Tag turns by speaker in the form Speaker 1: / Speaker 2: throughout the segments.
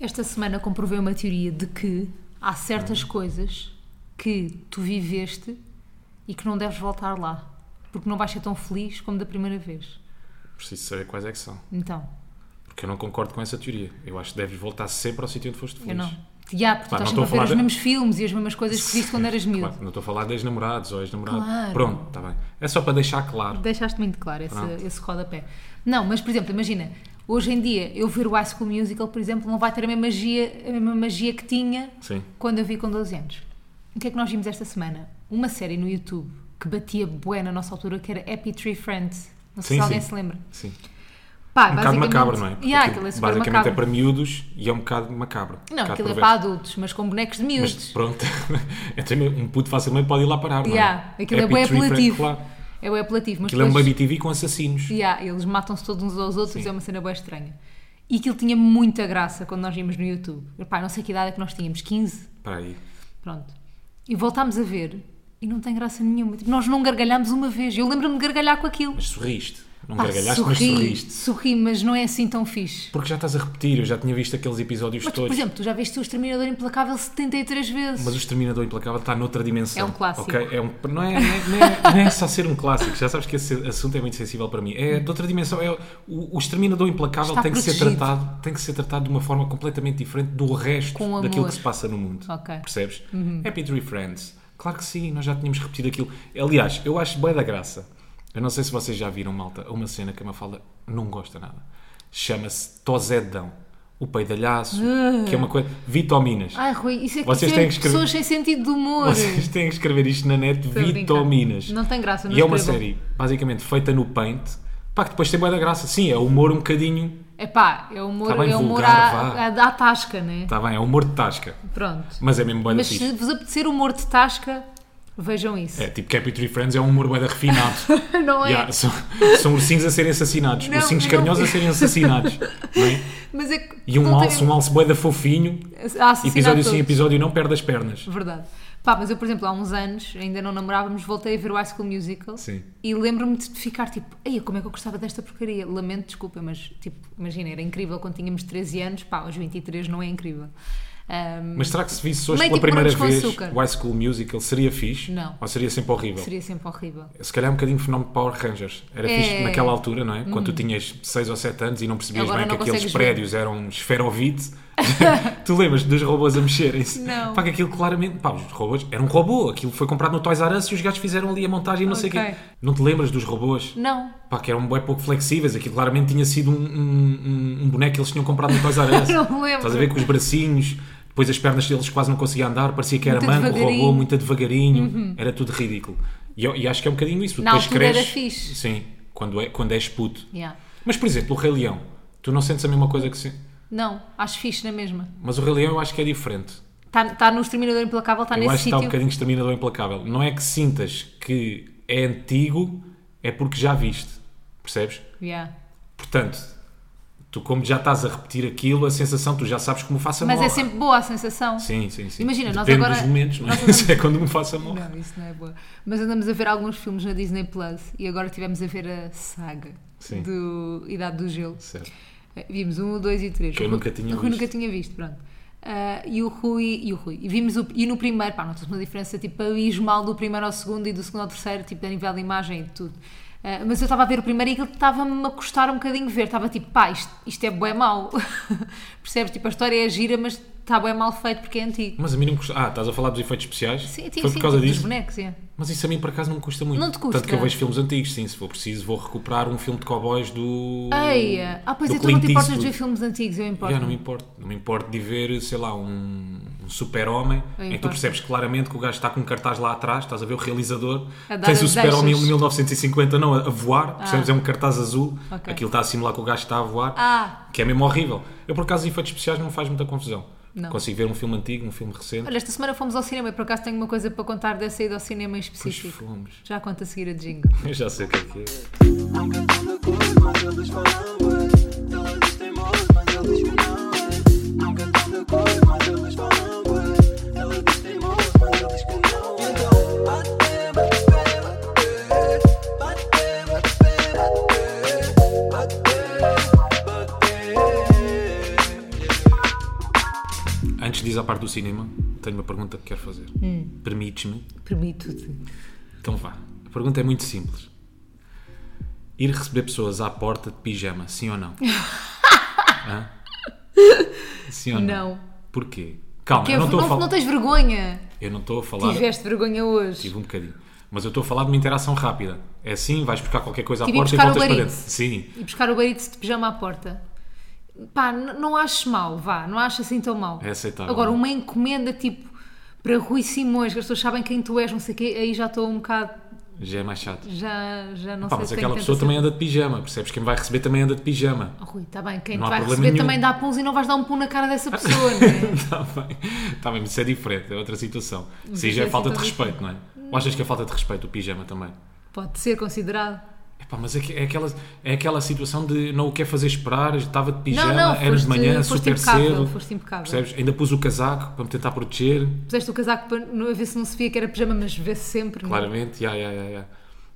Speaker 1: Esta semana comprovei uma teoria de que há certas
Speaker 2: Uhum.
Speaker 1: coisas que tu viveste e que não deves voltar lá. Porque não vais ser tão feliz como da primeira vez.
Speaker 2: Preciso saber quais é que são.
Speaker 1: Então,
Speaker 2: Porque eu não concordo com essa teoria. Eu acho que deves voltar sempre ao sítio onde foste feliz.
Speaker 1: eu não. Já, porque tu
Speaker 2: Pá,
Speaker 1: estás
Speaker 2: não estou
Speaker 1: sempre
Speaker 2: a
Speaker 1: a ver
Speaker 2: falar
Speaker 1: os
Speaker 2: de-
Speaker 1: mesmos filmes e as mesmas coisas que viste quando eras miúdo.
Speaker 2: Claro, não estou a falar de ex-namorados ou ex-namorado.
Speaker 1: Claro.
Speaker 2: Pronto, está bem. É só para deixar claro.
Speaker 1: Deixaste muito claro esse,
Speaker 2: Pronto.
Speaker 1: esse rodapé. Não, mas por exemplo, imagina, hoje em dia eu ver o High School Musical, por exemplo, não vai ter a mesma magia, a mesma magia que tinha
Speaker 2: Sim.
Speaker 1: quando eu vi com 12 anos. O que é que nós vimos esta semana? Uma série no YouTube que batia bué na nossa altura, que era Happy Tree Friends. Não sei se
Speaker 2: Sim,
Speaker 1: alguém
Speaker 2: sim.
Speaker 1: se lembra.
Speaker 2: Sim.
Speaker 1: Pá,
Speaker 2: Um bocado macabro, não é? Porque
Speaker 1: Ah, Yeah,
Speaker 2: aquilo
Speaker 1: aquilo é super
Speaker 2: basicamente
Speaker 1: macabro.
Speaker 2: é para miúdos e é um bocado macabro. Um
Speaker 1: Não,
Speaker 2: bocado
Speaker 1: aquilo é para
Speaker 2: perverso.
Speaker 1: adultos, mas com bonecos de miúdos.
Speaker 2: Mas pronto, então um puto facilmente pode ir lá parar,
Speaker 1: Yeah,
Speaker 2: não é?
Speaker 1: aquilo é
Speaker 2: Happy
Speaker 1: bem
Speaker 2: Tree Friends,
Speaker 1: apelativo.
Speaker 2: claro.
Speaker 1: É o apelativo, mas
Speaker 2: Aquilo é um
Speaker 1: depois-
Speaker 2: baby TV com assassinos.
Speaker 1: Yeah, eles matam-se todos uns aos outros, é uma cena bem estranha. E aquilo tinha muita graça quando nós vimos no YouTube. Epá, não sei que idade é que nós tínhamos, 15,
Speaker 2: Espera aí.
Speaker 1: pronto. E voltámos a ver e não tem graça nenhuma. Tipo, nós não gargalhámos uma vez. Eu lembro-me de gargalhar com aquilo.
Speaker 2: Mas sorriste. Não
Speaker 1: Pá,
Speaker 2: gargalhaste, mas sorriste.
Speaker 1: Sorri, mas não é assim tão fixe.
Speaker 2: Porque já estás a repetir, eu já tinha visto aqueles episódios
Speaker 1: Mas, tu,
Speaker 2: todos.
Speaker 1: por exemplo, tu já viste o Exterminador Implacável 73 vezes.
Speaker 2: Mas o Exterminador Implacável está noutra dimensão.
Speaker 1: É um clássico.
Speaker 2: ok? É um- não, é, não é- não é- não é só ser um clássico, já sabes que esse assunto é muito sensível para mim. É de outra dimensão. É, o, o Exterminador Implacável
Speaker 1: Está
Speaker 2: tem que, ser
Speaker 1: protegido.
Speaker 2: tratado, tem que ser tratado de uma forma completamente diferente do resto
Speaker 1: Com
Speaker 2: daquilo
Speaker 1: amor.
Speaker 2: que se passa no mundo.
Speaker 1: Ok. Uhum.
Speaker 2: Percebes? Happy Tree Friends. Claro que sim, nós já tínhamos repetido aquilo. Aliás, eu acho bem da graça. Eu não sei se vocês já viram, malta, uma cena que a Mafalda não gosta nada. Chama-se Tozedão. O peidalhaço,
Speaker 1: Ah.
Speaker 2: que é uma coisa. Vitaminas.
Speaker 1: Ai, Rui, isso é que
Speaker 2: Vocês
Speaker 1: isso é
Speaker 2: têm que escrever-
Speaker 1: pessoas sem sentido de humor.
Speaker 2: Vocês têm que escrever isto na net,
Speaker 1: Estou a brincar.
Speaker 2: vitaminas.
Speaker 1: Não tem graça, não
Speaker 2: E é uma
Speaker 1: escrevam.
Speaker 2: série, basicamente, feita no Paint, pá, que depois tem boa da graça. Sim, é humor um bocadinho,
Speaker 1: Epá, é humor,
Speaker 2: Tá bem
Speaker 1: é humor
Speaker 2: vulgar,
Speaker 1: à,
Speaker 2: vá.
Speaker 1: à, à tasca, né?
Speaker 2: está bem, é humor de tasca,
Speaker 1: Pronto.
Speaker 2: mas é mesmo boa da
Speaker 1: Mas
Speaker 2: fixe.
Speaker 1: se vos apetecer humor de tasca, vejam isso.
Speaker 2: É, tipo Happy Tree Friends é um humor bué da refinado.
Speaker 1: Não é?
Speaker 2: Yeah, são, são ursinhos a serem assassinados,
Speaker 1: Não,
Speaker 2: ursinhos
Speaker 1: eu não-
Speaker 2: carinhosos a serem assassinados. não é?
Speaker 1: Mas é que
Speaker 2: E um
Speaker 1: não
Speaker 2: alce,
Speaker 1: tem-
Speaker 2: um alce bué da fofinho,
Speaker 1: Há assassinato
Speaker 2: episódio sim,
Speaker 1: todo.
Speaker 2: episódio não, perde as pernas.
Speaker 1: Verdade. Pá, mas eu, por exemplo, há uns anos, ainda não namorávamos, voltei a ver o High School Musical
Speaker 2: Sim.
Speaker 1: e lembro-me de ficar tipo, ei, como é que eu gostava desta porcaria? Lamento, desculpa, mas tipo, imagina, era incrível quando tínhamos 13 anos, pá, aos 23 não é incrível. Ahm,
Speaker 2: Mas é será que se visse hoje
Speaker 1: Meio tipo
Speaker 2: pela primeira
Speaker 1: morangos com
Speaker 2: vez
Speaker 1: açúcar.
Speaker 2: o High School Musical, seria fixe?
Speaker 1: Não.
Speaker 2: Ou seria sempre horrível?
Speaker 1: Seria sempre horrível.
Speaker 2: Se calhar um bocadinho fenómeno Power Rangers. Era
Speaker 1: É.
Speaker 2: fixe naquela altura, não é? Quando tu tinhas 6 ou 7 anos e não percebias
Speaker 1: Agora
Speaker 2: bem
Speaker 1: não
Speaker 2: que aqueles
Speaker 1: consegues ver.
Speaker 2: prédios eram um esferovite. tu lembras dos robôs a mexerem-se?
Speaker 1: Não.
Speaker 2: Pá, que aquilo claramente. Pá, os robôs. Era um robô. Aquilo foi comprado no Toys R Us e os gajos fizeram ali a montagem e não sei o
Speaker 1: Ok.
Speaker 2: quê. Não te lembras dos robôs?
Speaker 1: Não.
Speaker 2: Pá, que eram bem pouco flexíveis. Aquilo claramente tinha sido um, um, um- um boneco que eles tinham comprado no Toys R Us.
Speaker 1: Não lembro.
Speaker 2: Estás a ver com os bracinhos. Depois as pernas deles quase não conseguiam andar, parecia que era
Speaker 1: Muito
Speaker 2: manco,
Speaker 1: devagarinho. Uhum.
Speaker 2: robô, muito devagarinho, era tudo ridículo. E, eu- e acho que é um bocadinho isso.
Speaker 1: Na
Speaker 2: Depois
Speaker 1: altura era
Speaker 2: cresces-
Speaker 1: fixe.
Speaker 2: Sim, quando, é, quando és puto.
Speaker 1: Yeah.
Speaker 2: Mas, por exemplo, o Rei Leão, tu não sentes a mesma coisa que se...
Speaker 1: Não, acho fixe na mesma.
Speaker 2: Mas o Rei Leão eu acho que é diferente.
Speaker 1: Está tá no Exterminador Implacável, está
Speaker 2: eu
Speaker 1: nesse
Speaker 2: acho que está um
Speaker 1: sítio.
Speaker 2: bocadinho exterminador implacável. Não é que sintas que é antigo, é porque já viste. Percebes?
Speaker 1: Yeah.
Speaker 2: Portanto, tu como já estás a repetir aquilo, a sensação, tu já sabes como faça
Speaker 1: Mas
Speaker 2: Então morre.
Speaker 1: é sempre boa a sensação.
Speaker 2: Sim, sim, sim.
Speaker 1: Imagina, nós
Speaker 2: Depende
Speaker 1: agora-
Speaker 2: dos momentos, não é?
Speaker 1: nós agora-
Speaker 2: Isso é quando me faça morrer.
Speaker 1: Não, isso não é boa. Mas andamos a ver alguns filmes na Disney Plus e agora tivemos a ver a saga
Speaker 2: Sim.
Speaker 1: do Idade do Gelo.
Speaker 2: Certo.
Speaker 1: Vimos um, dois e três.
Speaker 2: Que eu
Speaker 1: O Rui-
Speaker 2: nunca tinha
Speaker 1: o Rui
Speaker 2: visto.
Speaker 1: nunca tinha visto, pronto. Ah, e o Rui, e o Rui. E, vimos o- e no primeiro, pá, notou-se uma diferença tipo abismal do primeiro ao segundo e do segundo ao terceiro, tipo a nível de imagem e de tudo. Ah, mas eu estava a ver o primeiro e aquilo estava-me a custar um bocadinho ver. Estava tipo, pá, isto, isto é bué mau. Percebes? Tipo, a história é gira, mas está bué mal feito porque é antigo.
Speaker 2: Mas a mim não me custa. Ah, estás a falar dos efeitos especiais?
Speaker 1: Sim, sim,
Speaker 2: Foi
Speaker 1: sim,
Speaker 2: por causa
Speaker 1: tipo,
Speaker 2: disso?
Speaker 1: Dos bonecos, é.
Speaker 2: Mas isso a mim por acaso não me custa muito.
Speaker 1: Não te custa?
Speaker 2: Tanto que eu vejo filmes antigos, sim, se for preciso, vou recuperar um filme de cowboys do.
Speaker 1: Eia! Ah, pois
Speaker 2: do
Speaker 1: é, tu não
Speaker 2: Clint
Speaker 1: te importas de ver
Speaker 2: Eastwood.
Speaker 1: filmes antigos, eu importo.
Speaker 2: Já, não me importo. Não me importo de ver, sei lá, um, um super-homem
Speaker 1: Eu
Speaker 2: em que tu
Speaker 1: importo.
Speaker 2: percebes claramente que o gajo está com um cartaz lá atrás, estás a ver o realizador.
Speaker 1: A dar
Speaker 2: Tens o
Speaker 1: as
Speaker 2: super-homem
Speaker 1: deixas. Ah.
Speaker 2: de 1950, não, a a voar, percebes? É um cartaz azul,
Speaker 1: Ok.
Speaker 2: aquilo está a simular que o gajo está a voar,
Speaker 1: Ah.
Speaker 2: que é mesmo horrível. Eu por acaso, efeitos especiais não me faz muita confusão.
Speaker 1: Não.
Speaker 2: Consigo ver um filme antigo, um filme recente.
Speaker 1: Olha, esta semana fomos ao cinema e por acaso tenho uma coisa para contar dessa ida ao cinema em
Speaker 2: Pois
Speaker 1: específico.
Speaker 2: fomos.
Speaker 1: Já conto a seguir a jingle.
Speaker 2: Eu já sei o que é que é.
Speaker 3: Não cantam na cor, mas eles falam bué. Eles têm moço, mas eles que não é. Não cantam na cor, mas eles falam bué. Eles têm moço, mas eles que não é. Então, bate, bate, bate, bate, bate, bate, bate, bate.
Speaker 2: Antes de ir à parte do cinema, tenho uma pergunta que quero fazer.
Speaker 1: Hum.
Speaker 2: Permites-me?
Speaker 1: Permito-te.
Speaker 2: Então vá. A pergunta é muito simples. Ir receber pessoas à porta de pijama, sim ou não? Hã? Sim ou não?
Speaker 1: Não.
Speaker 2: Porquê? Calma,
Speaker 1: Que é-
Speaker 2: eu não estou a
Speaker 1: não,
Speaker 2: falar.
Speaker 1: não tens vergonha.
Speaker 2: Eu não estou a falar.
Speaker 1: Tiveste vergonha hoje.
Speaker 2: Tive um bocadinho. Mas eu estou a falar de uma interação rápida. É assim, vais buscar qualquer coisa à
Speaker 1: Tive de
Speaker 2: porta e
Speaker 1: buscar o
Speaker 2: voltas para
Speaker 1: Uber
Speaker 2: dentro. Sim.
Speaker 1: E buscar o barito de pijama à porta. Pá, n- não acho mal, vá, não acho assim tão mal.
Speaker 2: É aceitável,
Speaker 1: Agora,
Speaker 2: não é?
Speaker 1: uma encomenda tipo para Rui Simões, que as pessoas sabem quem tu és, não sei o quê, aí já estou um bocado.
Speaker 2: Já é mais chato.
Speaker 1: Já, já não
Speaker 2: Pá,
Speaker 1: sei
Speaker 2: mas
Speaker 1: se tenho tanta
Speaker 2: aquela pessoa
Speaker 1: certeza.
Speaker 2: também anda de pijama, percebes? Quem vai receber também anda de pijama.
Speaker 1: Oh, Rui, está bem, quem
Speaker 2: Não
Speaker 1: te
Speaker 2: há
Speaker 1: vai
Speaker 2: problema
Speaker 1: receber
Speaker 2: nenhum.
Speaker 1: também dá puns e não vais dar um pum na cara dessa pessoa, não é?
Speaker 2: Está Tá bem. Está bem, mas isso é diferente, é outra situação. Se
Speaker 1: isso
Speaker 2: já é
Speaker 1: é
Speaker 2: falta de
Speaker 1: assim tão
Speaker 2: respeito, não é? Ou achas que é falta de respeito o pijama também?
Speaker 1: Pode ser considerado.
Speaker 2: Epá, mas é, que- é aquela, é aquela situação de não o quer fazer esperar, estava de pijama,
Speaker 1: não,
Speaker 2: era de
Speaker 1: foste-
Speaker 2: manhã,
Speaker 1: foste
Speaker 2: super
Speaker 1: impecável,
Speaker 2: cedo.
Speaker 1: foste impecável.
Speaker 2: Percebes? Ainda pus o casaco para me tentar proteger.
Speaker 1: Puseste o casaco para não- a ver se não se via que era pijama, mas vê-se sempre. não é?
Speaker 2: Claramente, ya, ya, ya, ya.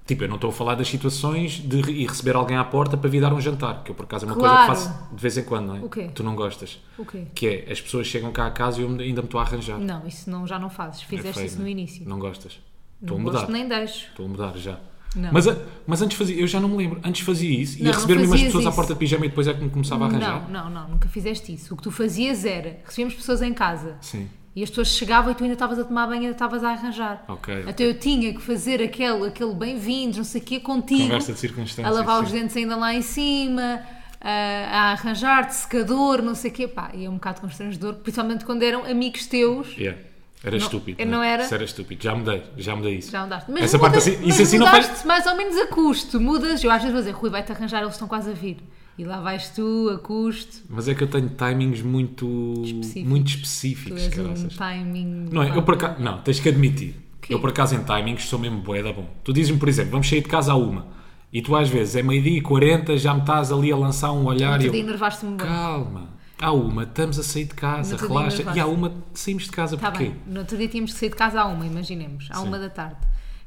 Speaker 2: Tipo, eu não estou a falar das situações de re- ir receber alguém à porta para vir dar um jantar, que eu por acaso é uma
Speaker 1: Claro.
Speaker 2: coisa que faço de vez em quando, não é?
Speaker 1: O quê?
Speaker 2: Tu não gostas.
Speaker 1: O quê?
Speaker 2: Que é, as pessoas chegam cá a casa e eu ainda me estou a arranjar.
Speaker 1: Não, isso não, já não fazes. Fizeste
Speaker 2: É feio,
Speaker 1: isso
Speaker 2: não
Speaker 1: no
Speaker 2: é?
Speaker 1: início.
Speaker 2: Não gostas. Estou a
Speaker 1: Não
Speaker 2: mudar.
Speaker 1: gosto nem deixo.
Speaker 2: Estou a mudar já.
Speaker 1: Não.
Speaker 2: Mas, a- mas antes fazia, eu já não me lembro, antes fazia isso,
Speaker 1: Não, não
Speaker 2: ia receber mesmo as
Speaker 1: fazias
Speaker 2: pessoas à
Speaker 1: isso.
Speaker 2: porta de pijama e depois é que me começava a arranjar.
Speaker 1: Não, não, não, nunca fizeste isso. O que tu fazias era, recebíamos pessoas em casa
Speaker 2: Sim.
Speaker 1: e as pessoas chegavam e tu ainda estavas a tomar banho e ainda estavas a arranjar.
Speaker 2: Ok,
Speaker 1: Então
Speaker 2: ok.
Speaker 1: eu tinha que fazer aquele, aquele bem-vindos, não sei o quê, contigo.
Speaker 2: Conversa de circunstâncias,
Speaker 1: A lavar os
Speaker 2: sim.
Speaker 1: dentes ainda lá em cima, a, a arranjar-te, secador, não sei o quê. Pá, e é um bocado constrangedor, principalmente quando eram amigos teus.
Speaker 2: Yeah. Era estúpido. é?
Speaker 1: eu não era-
Speaker 2: Isso era estúpido. Já mudei, já mudei isso.
Speaker 1: Já mudaste. Mas
Speaker 2: Essa
Speaker 1: mudas,
Speaker 2: parte assim,
Speaker 1: mas
Speaker 2: isso assim não
Speaker 1: mudaste
Speaker 2: faz.
Speaker 1: mais ou menos a custo. Mudas, eu às vezes vou dizer, Rui, vai-te arranjar, eles estão quase a vir. E lá vais tu, a custo.
Speaker 2: Mas é que eu tenho timings muito
Speaker 1: Específicos.
Speaker 2: muito
Speaker 1: Tu
Speaker 2: específicos,
Speaker 1: és um
Speaker 2: caraças.
Speaker 1: timing.
Speaker 2: Não é? Eu por acaso, não, tens que admitir.
Speaker 1: Quê?
Speaker 2: Eu por acaso em timings sou mesmo boeda bom. Tu dizes-me, por exemplo, vamos sair de casa à uma. E tu às vezes é meio-dia e 40, já me estás ali a lançar um olhar e
Speaker 1: Outro
Speaker 2: eu,
Speaker 1: dia enervaste-me bem.
Speaker 2: calma, à uma estamos a sair de casa,
Speaker 1: Outro dia
Speaker 2: relaxa. E à
Speaker 1: enervaste.
Speaker 2: uma saímos de casa
Speaker 1: Está
Speaker 2: porquê?
Speaker 1: Tá bem. No outro dia tínhamos que sair de casa à uma, imaginemos, à uma da tarde.